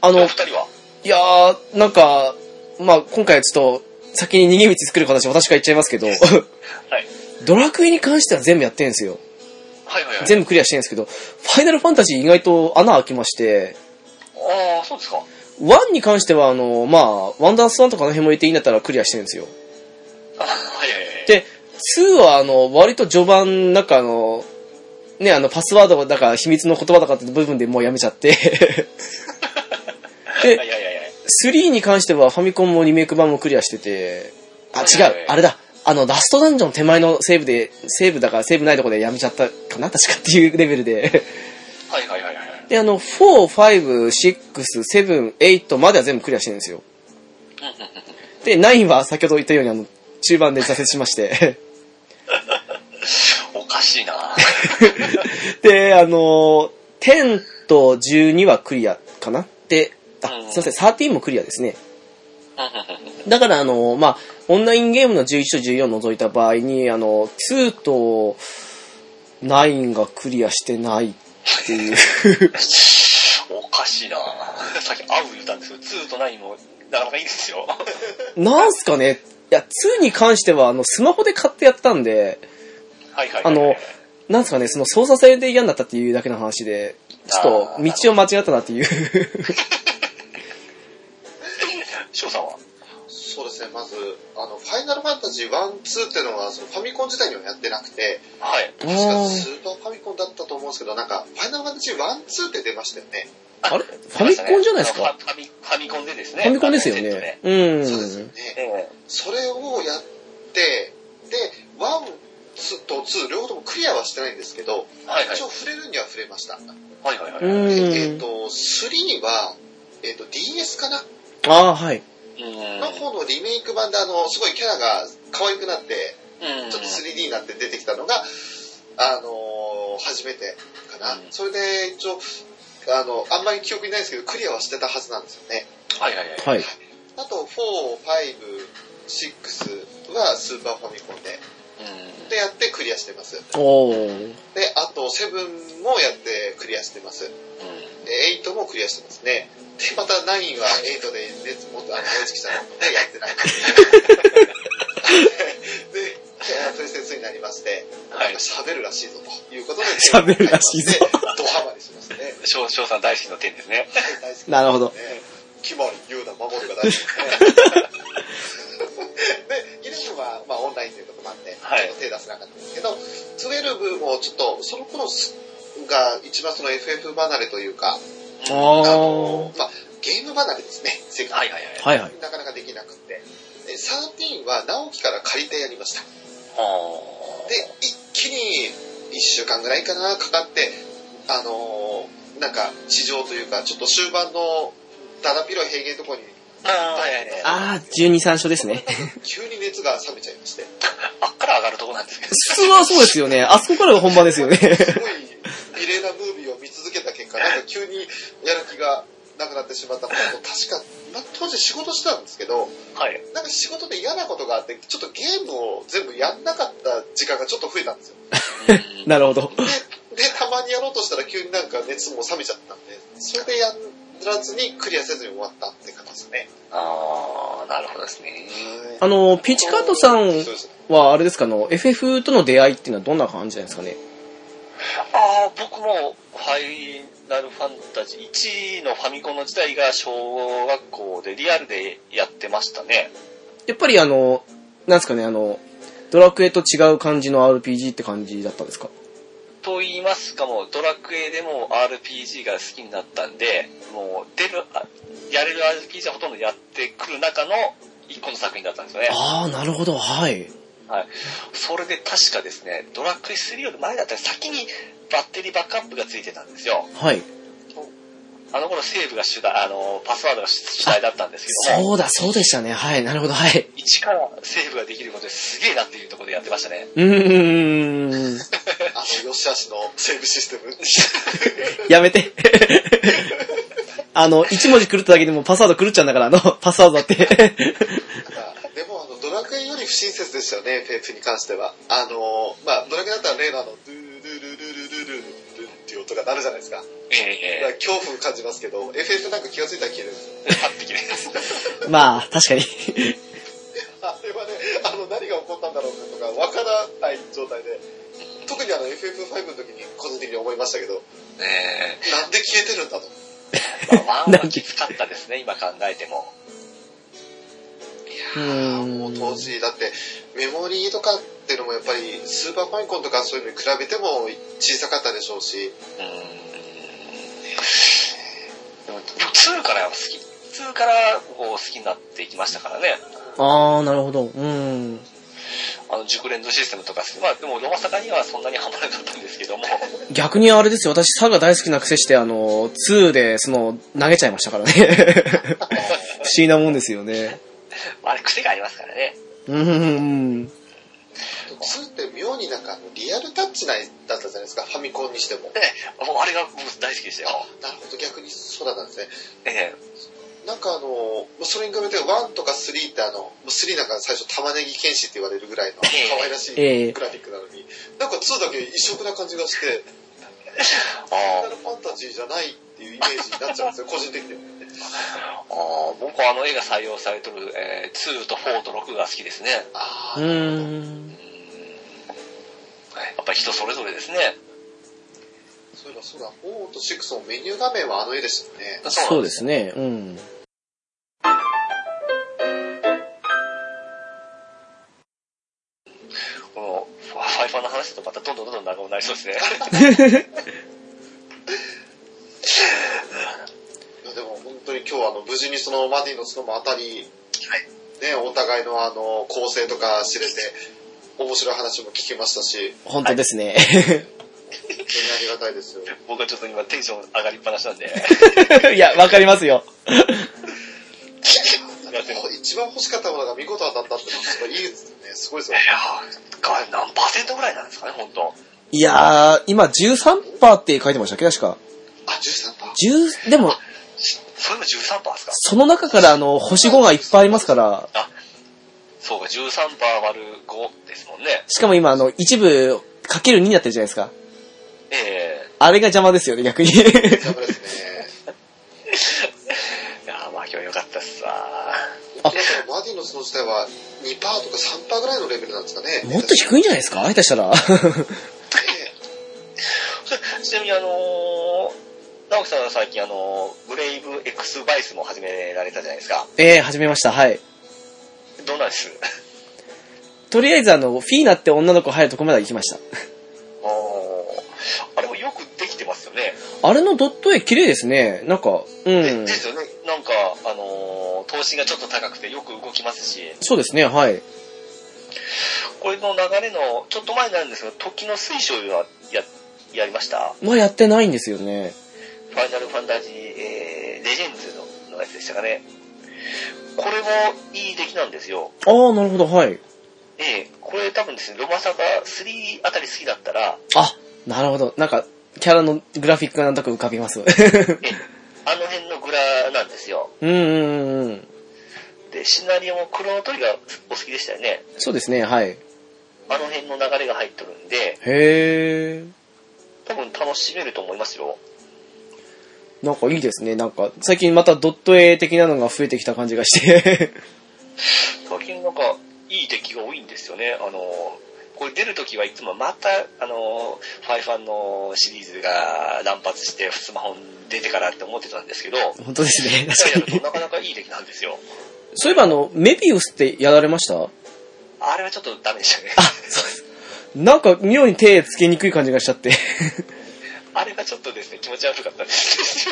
ああの、おの二、人はいやー、なんか、まあ今回はちょっと、先に逃げ道作る形、私から言っちゃい ますけど、はい。ドラクエに関しては全部やってんですよ。はいはいはい。全部クリアしてんですけど、ファイナルファンタジー意外と穴開きまして、ああ、そうですか。 1に関してはあの、まあ、ワンダースワンとかあの辺も入れていいんだったらクリアしてるんですよ。あはいはいはい。で、2はあの、割と序盤、なんかあの、ね、あの、パスワードだか秘密の言葉だかって部分でもうやめちゃって、 ではいはいはいはい。 3に関してはファミコンもリメイク版もクリアしてて、あ、違う、あれだ。あの、ラストダンジョン手前のセーブで、セーブだからセーブないとこでやめちゃったかな確かっていうレベルで。はいはいはいはい。で、あの、4、5、6、7、8までは全部クリアしてるんですよ。で、9は先ほど言ったように、あの、中盤で挫折しまして。おか しいなはで、あの、10と12はクリアかなで、あう、んすいません、13もクリアですね。うだから、あの、まあ、オンラインゲームの11と14を除いた場合に、あの、2と9がクリアしてないっていう。ん。おかしいなさっき合う言ったんですけど、2と9もなかなかいいですよ。なんすかねいや、2に関しては、あの、スマホで買ってやったんで、はいはいはい。あの、なんすかね、その操作性で嫌になったっていうだけの話で、ちょっあとー道を間違ったなっていう。翔さんはそうですね、まず、あの、ファイナルファンタジー1、2っていうのが、そのファミコン自体にはやってなくて、はい。確かスーパーファミコンだったと思うんですけど、なんか、ファイナルファンタジー1、2って出ましたよね。あれファミコンじゃないですかファミファミコンでですね。ファミコンですよあの。セットね。うん。そうですよね。ええそれをやって、で、1と2、両方ともクリアはしてないんですけど、はいはい一応触れるには触れました。はいはいはい。ううんん。でえっ、と、3は、えっ、と、DS かなああ、はい。の方のリメイク版で、あの、すごいキャラが可愛くなって、うんちょっと 3D になって出てきたのが、あのー初めてかな。うんそれで、一応、あの、あんまり記憶にないですけど、クリアはしてたはずなんですよね。はいはいはい。はい。あと、4、5、6はスーパーファミコンで、うんでやってクリアしてます。おー。で、あと、7もやってクリアしてます。で8もクリアしてますね。で、また9は8で熱持って、あの、大好きさんのでやっ てない。で、あのプレセンスになりまして、はい喋るらしいぞということで、喋るらしいぞでドハマりしましたね。翔翔さん大好きの点ですね。大好きなるほど。決まり、言うな、守るが 大事ですね。で、11は、まあ、オンラインということもあって、はいちょっと手出せなかったんですけど、12もちょっと、その頃が一番その FF 離れというか、あああの。まあ、ゲーム離れですね、正確にはいはいはい。はいはい。なかなかできなくて。で13は直樹から借りてやりました。で、一気に1週間ぐらいかな、かかって、あのーなんか地上というか、ちょっと終盤のだだ広い平原のところにああ、はいはいはい。ああ、12、3章ですね。急に熱が冷めちゃいまして、あっから上がるとこなんですけど。 普通はそうですよね。あそこからが本番ですよ ね。すごい異例なムービーを見続けた結果、なんか急にやる気がなくなってしまったのと、確か、まあ当時仕事してたんですけど、はい。なんか仕事で嫌なことがあって、ちょっとゲームを全部やんなかった時間がちょっと増えたんですよ。うん なるほど。で、たまにやろうとしたら急になんか熱も冷めちゃったんで、それでやらずにクリアせずに終わったって感じですね。ああ、なるほどですね。あの、ピチカートさんそうですねは、あれですか、あの、FF との出会いっていうのはどんな感じなんですかね。ああ、僕も、ファイナルファンタジー1のファミコンの時代が小学校でリアルでやってましたね。やっぱりあの、なんですかね、あの、ドラクエと違う感じの RPG って感じだったんですかと言いますかもうドラクエでも RPG が好きになったんでもう出るあやれる RPG はほとんどやってくる中の一個の作品だったんですよねああ、なるほど、はい。それで確かですねドラクエ3より前だったら先にバッテリーバックアップがついてたんですよはい。あの頃セーブが主題あのパスワードが主主題だったんですけどもそうだ、そうでしたね。はい、なるほど、はい。一からセーブができることですげえなっていうところでやってましたねうーん。あの、よしあしのセーブシステム。 やめて。あの、一文字狂っただけでもパスワード狂っちゃうんだから、あの、 パスワードだって。 でも、あの、ドラクエより不親切でしたよね、ペープに関しては。あの、まあ、ドラクエだったら例のあの、ドゥールルルルルルルルっていう音が鳴るじゃないですか。えだからええ恐怖感じますけど、FF なんか気がついたら消えるんですよえパッて切れますまあ、確かに。あれはね、あの、何が起こったんだろうってことがわからない状態で、特にあの FF5 の時に個人的に思いましたけど、ねなんで消えてるんだと。えまあワンはきつかったですね今考えてもうーんもう当時、だってメモリーとかっていうのもやっぱりスーパーファミコンとかそういうのに比べても小さかったでしょうし、うーんでも2から好き2からこう好きになっていきましたからねああ、なるほど。うーん。あの熟練度システムとかまあでもロマサガにはそんなにハマらなかったんですけども逆にあれですよ、私、サガ大好きな癖して、あの、2で、その、投げちゃいましたからね。 不思議なもんですよね。あれ癖がありますからねうーん。 2って妙になんかあのリアルタッチないだったじゃないですか、ファミコンにしても。でもうあれが僕大好きでしたよなるほど、逆にそうだったんですね。ええなんかあの、もうそれに比べて1とか3ってあの、もう3なんか最初玉ねぎ剣士って言われるぐらいの可愛らしいええグラフィックなのに、なんか2だけ異色な感じがして、ファイナあルファンタジーじゃないっていうイメージになっちゃうんですよ、個人的には。あああ僕はあの絵が採用されてる、えー、2と4と6が好きですねあうーーん。やっぱり人それぞれですねそういえばそうだ、4と6のメニュー画面はあの絵でしたよね。そうですね。うん。このファイファの話だとまたどんどんどんどん長くなりそ うですねいやでも本当に今日あの、無事にそのマディの角も当たり、ね、お互いのあの、構成とか知れて、面白い話も聞けましたし、本当ですね。本当にありがたいですよ。僕はちょっと今テンション上がりっぱなし なんでい、や、わかりますよ。一番欲しかったものが見事当たったってのはすごいいいですよね。すごいですよね。ー何パーセントぐらいなんですかね本当いやー、今13%って書いてましたっけ確か。あ、13番。 10、でも、それも13%ですかその中からあの、星5がいっぱいありますから、あそうか13%割る5ですもんねしかも今あの、一部、かける2になってるじゃないですか。えあれが邪魔ですよね、逆に。やばいですね。えいやーまあ今日良かったっすわあだからマディの角自体は2%パーとか3%パーぐらいのレベルなんですかね。もっと低いんじゃないですか下手したら。 ねちなみにあのー 直樹さんは最近あのーブレイブ X バイスも始められたじゃないですかええー、始めました。はい。どうなんですとりあえずあの、フィーナって女の子入るとこまでは行きました。おーあれもよくできてますよねあれのドット絵綺麗ですね。なんか、うんで。すよね。なんか、あのー、投資がちょっと高くてよく動きますし、そうですね、はい。これの流れの、ちょっと前になるんですが、時の水晶はや、やりました。まあやってないんですよね。ファイナルファンタジー、えー、レジェンズののやつでしたかね。これもいい出来なんですよ。ああ、なるほど、はい。ええこれ多分ですね、ロマサが3あたり好きだったら、あ、なるほど。なんか、キャラのグラフィックがなんとか浮かびます。 ええあの辺のグラなんですよ。うんうんうんうん。で、シナリオもクロノトリガーお好きでしたよね。そうですね、はい。あの辺の流れが入ってるんで、へー。多分楽しめると思いますよ。なんかいいですね。なんか、最近またドット絵的なのが増えてきた感じがして。 最近なんかいい敵が多いんですよね。あのこれ出るときはいつもまた、あの、ファイファンのシリーズが乱発して、スマホに出てからって思ってたんですけど、や本当ですね、る確かとに。なかなかいい敵なんですよ。そういえばあの、メビウスってやられましたあれはちょっとダメでしたね。なんか妙に手つけにくい感じがしちゃって。 あれがちょっとですね、気持ち悪かった です。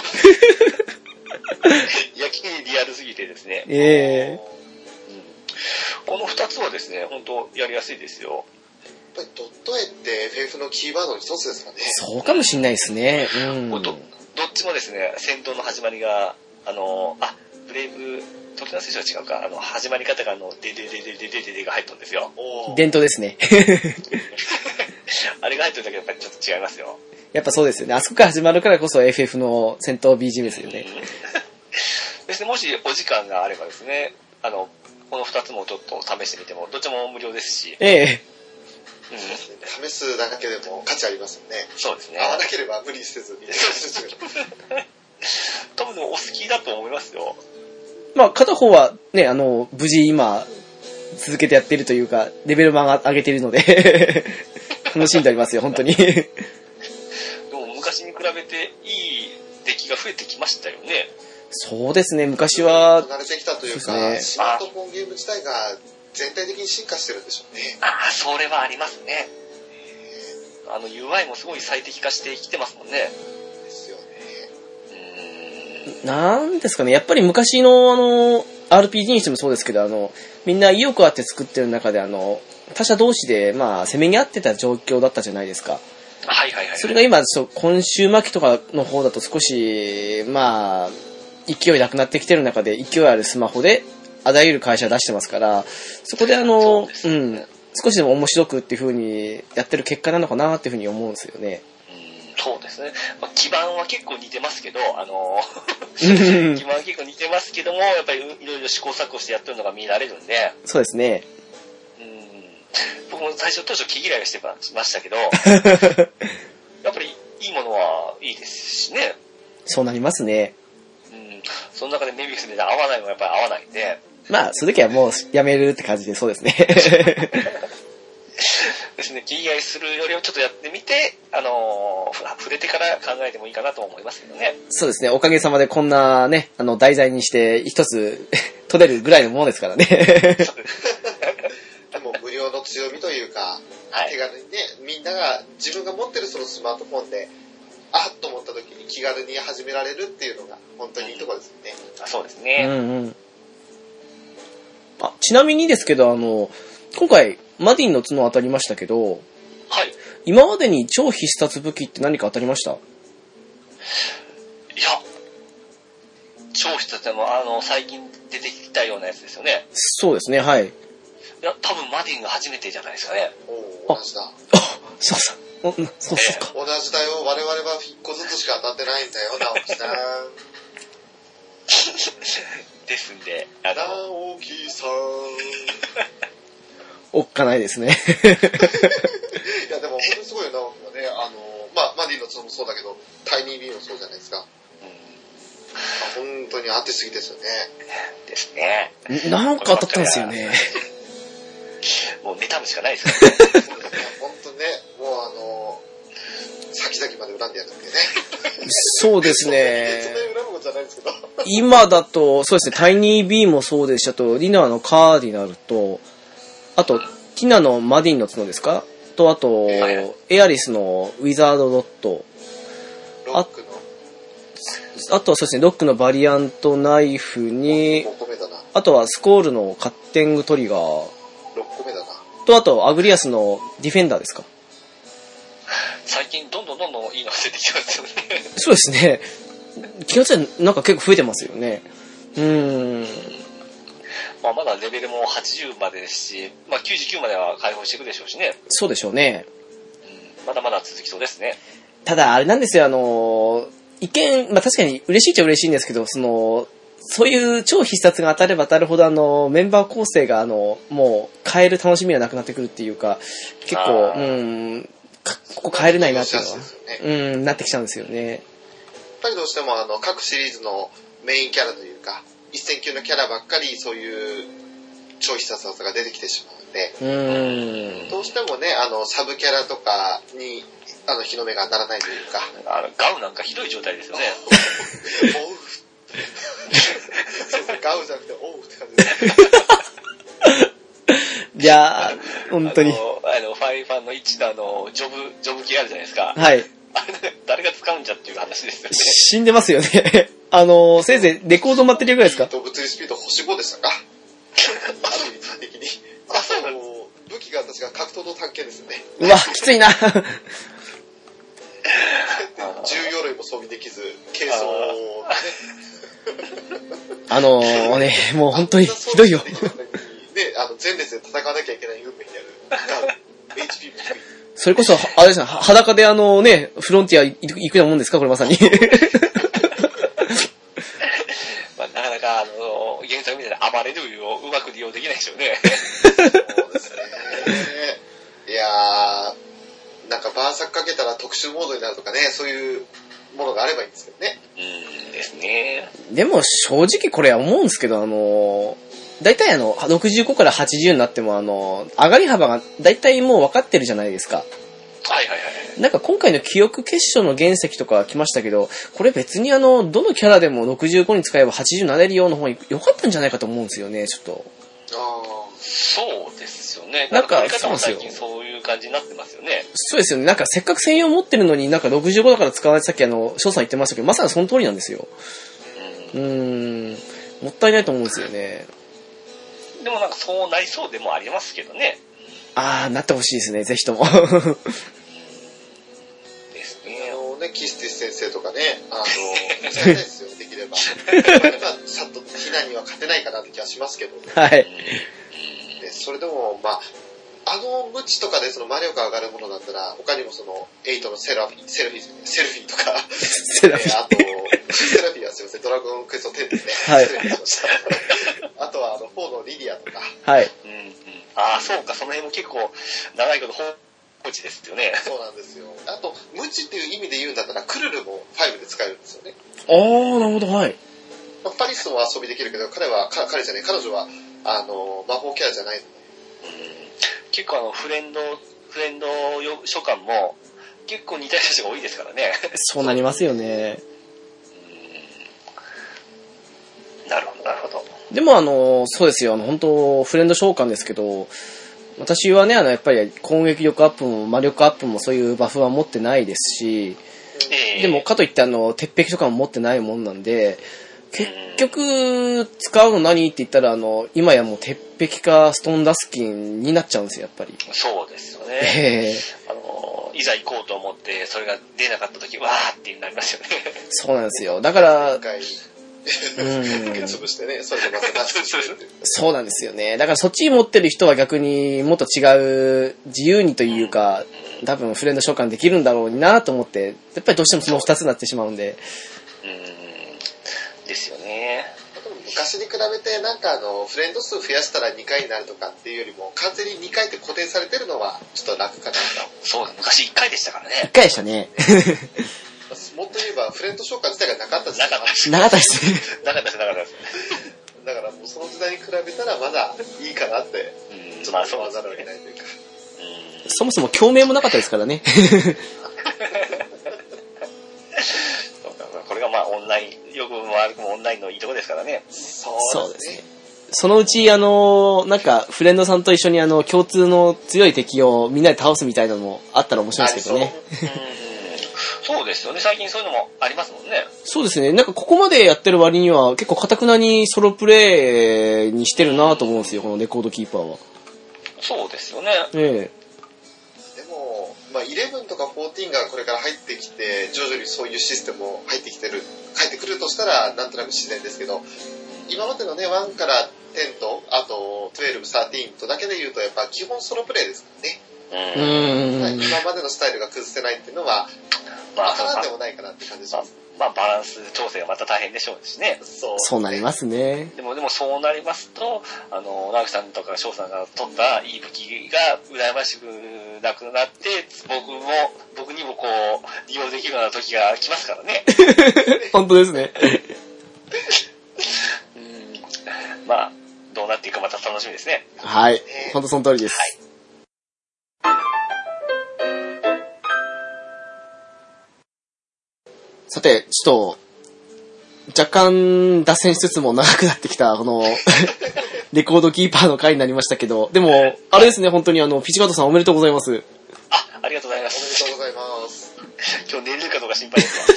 やきにリアルすぎてですね。ええうんこの二つはですね、本当やりやすいですよ。やっぱりドット絵って FF のキーワードの一つですかね。そうかもしんないですね。うん。どどっちもですね、戦闘の始まりが、あの、あ、ブレイブ、時の聖書は違うか、あの、始まり方が、あの、ででででででででが入ったんですよ。おー伝統ですね。 あれが入ってるだけでやっぱりちょっと違いますよ。やっぱそうですよね。あそこから始まるからこそ FF の戦闘 BGM ですよね。 ですね、もしお時間があればですね、あの、この二つもちょっと試してみても、どっちも無料ですし、ええうん、試すだけでも価値ありますよね。そうですね合。わなければ無理せずに。多分でもお好きだと思いますよ。まあ、片方はね、あの、無事今、続けてやってるというか、レベルも上が上げてるので、 楽しんでおりますよ、本当に。でも昔に比べていい出来が増えてきましたよね。そうですね、昔は、慣れてきたというか、そうですねスマートフォンゲーム自体が全体的に進化してるんでしょうね。ああ、それはありますね。あの UI もすごい最適化してきてますもんね。ですよね。うなんですかね、やっぱり昔の、あの、RPG にしてもそうですけど、あの、みんな意欲あって作ってる中で、あの、他者同士で、まあ、攻めに合ってた状況だったじゃないですか。ーん。はいはいはい。それが今、ちょっと今週末期とかの方だと少し、まあ、勢いなくなってきてる中で、勢いあるスマホで、あらゆる会社出してますから、そこであそうの、ですうねん、少しでも面白くっていう風にやってる結果なのかなっていう風に思うんですよね。 うんそうですね。まあ基盤は結構似てますけど、あのーうん基本は結構似てますけども、やっぱりいろいろ試行錯誤してやってるのが見られるんで、そうですね。うん、僕も最初当初毛嫌いはしてまし たけど、やっぱりいいものはいいですしね。そうなりますね。うん、その中でメビウスで合わないもやっぱり合わないんで、まあ、その時はもうやめるって感じで、そうです ね。ですね、気合いするよりはちょっとやってみて、あのーふ触れてから考えてもいいかなと思いますけどね。そうですね。おかげさまでこんなね、あの、題材にして一つ 取れるぐらいのものですからね。でも無料の強みというか、はい手。軽にね、みんなが自分が持ってるそのスマートフォンで、あっと思った時に気軽に始められるっていうのが本当にいいところですよね。あそうですうんね。うん。あ、ちなみにですけど、あの、今回、マディンの角当たりましたけど、はい。今までに超必殺武器って何か当たりましたいや、超人っても、あの、最近出てきたようなやつですよね。そうですね、はい。いや、多分マディンが初めてじゃないですかね。おお同じだ。あ、そうそう。うんそうそうか。同じだよ。我々は1個ずつしか当たってないんだよ、直樹さん。ですんで、あの、直樹さん。おっかないですね。いや、でも本当にすごいよ、直樹はね。あの、まあ、マディの角もそうだけど、タイニービーもそうじゃないですか。うまあ本当に当てすぎですよね。ん、ですね。 なんか当たったんですよね。もう妬むしかないですからね。そうですね。 本当ね、もうあの、先々まで恨んでやるんでね。そうです そんなね。に恨むことじゃないんですけど。今だと、そうですね、タイニービーもそうでしたと、リナのカーディナルと、あと、ティナのマディンの角ですかと、あとはい、エアリスのウィザードロット、ロックのあとはそうですね、ロックのバリアントナイフに、 5個目だな。あとはスコールのカッティングトリガー、 6個目だな。と、あと、アグリアスのディフェンダーですか最近どんどんどんどんいいのが出てきてますよね。そうですね。気がついたらなんか結構増えてますよね。うーん。まあまだレベルも80までですし、まあ99までは解放していくでしょうしね。そうでしょうね。うんまだまだ続きそうですね。ただ、あれなんですよ、あの、一見、まあ確かに嬉しいっちゃ嬉しいんですけど、その、そういう超必殺が当たれば当たるほど、あの、メンバー構成が、あの、もう、変える楽しみがなくなってくるっていうか、結構あ、うーーん、かここ変えれないなっていうのはや、っうん、なってきちゃうんですよね。ぱりどうしてもあの、各シリーズのメインキャラというか、一戦級のキャラばっかりそういう超必殺技が出てきてしまうんで、うーん。どうしてもね、あの、サブキャラとかに、あの、日の目が当たらないという か、あの、ガウなんかひどい状態ですよね。おう。 そうそう、ガウじゃなくて、おうって感じです。いやー、本当にあ。の、あのファイファンの1のあの、ジョブ、ジョブ系あるじゃないですか。 はい。あれ誰が使うんじゃっていう話です よね。死んでますよね。 あの、せいぜいレコード待ってるぐらいですかと物理スピード星5でしたか。ある意味的に。あ、そうなの武器が私が格闘の探検ですよね。うわ、きついな。 重鎧も装備できず、軽装をね。あのー、ね、もう本当にひどいよ。ね、あの、前列で戦わなきゃいけない運命に ある。HP も低い。それこそ、はあれですね、は裸であのね、フロンティア行く行くようなもんですかこれまさに。まあ、なかなか、あの、原作みたいな暴れるをうまく利用できないでしょうね。そうですね。いやー、なんかバーサクかけたら特殊モードになるとかね、そういうものがあればいいんですけどね。うんですね。でも正直これは思うんですけど、あのー、大体あの、65から80になってもあのー、上がり幅が大体もう分かってるじゃないですか。はいはいはい。なんか今回の記憶結晶の原石とか来ましたけど、これ別にあの、どのキャラでも65に使えば80になれるような方に良かったんじゃないかと思うんですよね、ちょっと。あそうですよね。ななんんかか、方も最そうなんで近すそういう感じになってますよね。そうですよね。なんかせっかく専用持ってるのになんか65だから使わないってさっきあの、翔さん言ってましたけど、まさにその通りなんですよ。うーうん。もったいないと思うんですよね。ん。でもなんかそうなりそうでもありますけどね。あー、なってほしいですね。ぜひとも。 ですあね。のね、キスティス先生とかね、あの、使いたいですよ、で きれば。まあ、さっと避難には勝てないかなって気はしますけど、ね、はい。それでも、まあ、あの無知とかでその魔力上がるものだったら、他にもその、8のセラフィ、セルフィ、セルフィ とか、セえラピー。ーあと、セラフィはすいません、ドラゴンクエスト10ですね。はい失礼しました。あとは、あの、4のリディアとか、はい。うんうん、ああ、そうか、その辺も結構、長いこと放置ですよね。 そうなんですよ。あと、無知っていう意味で言うんだったら、クルルも5で使えるんですよね。あー、なるほど、はい。まあパリスも遊びできるけど、彼は、か彼じゃない、彼女は、あの、魔法キャラじゃないので、結構あの、フレンド、フレンド書館も、結構似た人が多いですからね。そうなりますよね。なるほど、なるほど。でもあの、そうですよ、あの、本当フレンド召喚ですけど、私はね、あの、やっぱり攻撃力アップも魔力アップもそういうバフは持ってないですし、ええでも、かといってあの、鉄壁とかも持ってないもんなんで、結局、使うの何って言ったら、あの、今やもう鉄壁かストーンダスキンになっちゃうんですよ、やっぱり。そうですよ ね。ええあの、いざ行こうと思って、それが出なかった時、わーってなりますよね。そうなんですよ。だから一、回、うん受け潰してね、それでまた 出してくれるっていうそうなんですよね。だからそっちに持ってる人は逆にもっと違う自由にというか、多分フレンド召喚できるんだろうなと思って、やっぱりどうしてもその二つになってしまうんで。うん。ですよね。昔に比べて、なんかあの、フレンド数増やしたら2回になるとかっていうよりも、完全に2回って固定されてるのは、ちょっと楽かなと。そうだ、昔1回でしたから一ね。回でした ね。もっと言えば、フレンド紹介自体がなかった時な代かったです。長かったですね。なかったです、なかったです。だからもうその時代に比べたらまだいいかなって、うちょん、っまあとそう思でわざするをね。得ないというか。うんそもそも共鳴もなかったですからね。そうかこれがまあオンライン、よくも悪くもオンラインのいいとこですからね。 そうですね。そのうち、あの、なんか、フレンドさんと一緒にあの、共通の強い敵をみんなで倒すみたいなのもあったら面白いですけどね。そうですよね。最近そういうのもありますもんね。そうですね。なんかここまでやってる割には結構かたくなにソロプレイにしてるなと思うんですよ、このレコードキーパーは。そうですよね。ええ。でも、まあ、11とか14がこれから入ってきて、徐々にそういうシステムも入ってきてる、入ってくるとしたら、なんとなく自然ですけど、今までのね、1から10と、あと12、13とだけで言うと、やっぱ基本ソロプレイですからね。ううん。ーん。今までのスタイルが崩せないっていうのは、ままああ、からんでもないかなって感じします。まあバランス調整がまた大変でしょうしね。そう。そうなりますね。でも、でもそうなりますと、あの、直樹さんとか翔さんが取ったいい武器が羨ましくなくなって、僕も、僕にもこう、利用できるような時が来ますからね。本当ですね。うん。まあ、どうなっていくかまた楽しみですね。はい。本当その通りです。さて、ちょっと、若干脱線しつつも長くなってきた、こ の、レコードキーパーの回になりましたけど、でも、あれですね、本当にあの、ピチカートさんおめでとうございます。あ、ありがとうございまおめす。でとうございます。今日寝れるかどうか心配 ですわ。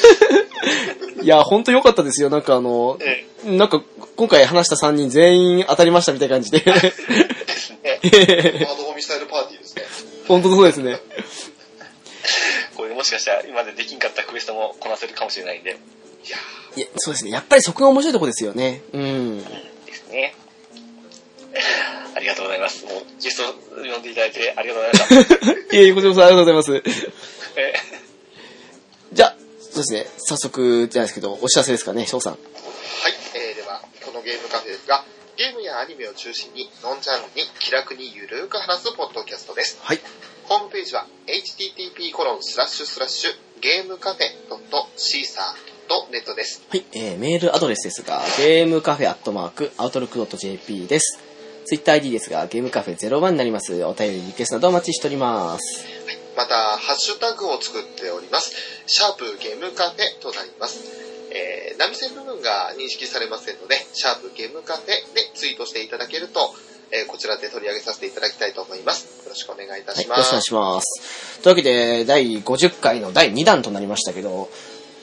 いや、本当良かったですよ。なんかあの、えなんか、今回話した3人全員当たりましたみたいな感じ で。えですね。ハードホミスタイルパーティーですね。本当そうですね。これもしかしたら今までできんかったクエストもこなせるかもしれないんで。いやーいや、そうですね。やっぱりそこが面白いとこですよね。うん。ですね。ありがとうございます。もうゲスト呼んでいただいてありがとうございま した。いえ、こちらこそありがとうございます。えじゃあ、そうですね。早速じゃないですけど、お知らせですかね、翔さん。はい、えー、では、このゲームカフェですが、ゲームやアニメを中心に、ノンジャンルに気楽にゆるーく話すポッドキャストです。はい。ホームページは、http:// コロンスラッシュスラッシュゲームカフェ c e s a r n e t です。はい。えー、メールアドレスですが、ゲームカフェアットマーク、アウトルック .jp です。ツイッター ID ですが、ゲームカフェ01になります。お便り、リクエストなどお待ちしております。また、ハッシュタグを作っております。シャープゲームカフェとなります。えー、波線部分が認識されませんので、シャープゲームカフェでツイートしていただけると、えー、こちらで取り上げさせていただきたいと思います。よろしくお願いいたはい。しよまろしくおす。願いします。というわけで、第50回の第2弾となりましたけど、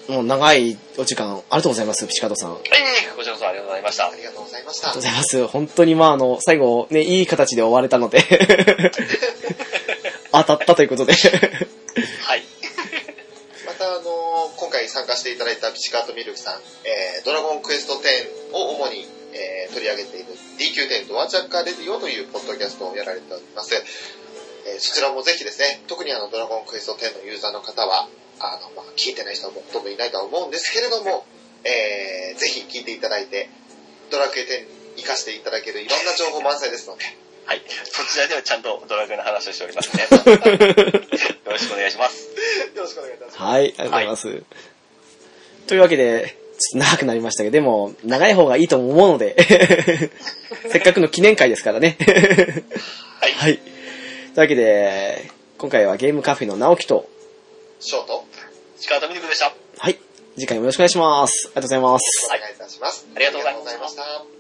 もう長いお時間、ありがとうございます、ピチカートさん。ありえこちらこそありがとうございました。ありがとうございましたがとうご。ざいます。本当にまあ、あの、最後、ね、いい形で終われたの で、当たったということで。はい。またあの今回参加していただいたピチカートミルクさん、えードラゴンクエスト10を主に、えー取り上げている DQ10 ドアジャッカーレディオというポッドキャストをやられております。えーそちらもぜひですね、特にあの、ドラゴンクエスト10のユーザーの方は、あの、まあ、聞いてない人はほとんどいないとは思うんですけれども、えーぜひ聞いていただいて、ドラクエ10活かしていただけるいろんな情報満載ですので、はい。そちらではちゃんとドラクエの話をしております ね。よろしくお願いします。よろしくお願いいたします。はい、ありがとうございます。というわけで、ちょっと長くなりましたけど、でも、長い方がいいと思うの で、せっかくの記念会ですからね。はい。はい。というわけで、今回はゲームカフェの直樹と、ショート、力とミルクでした。はい、次回もよろしくお願いします。ありがとうございます。お願いいたします。ありがとうございましたありがとうございました。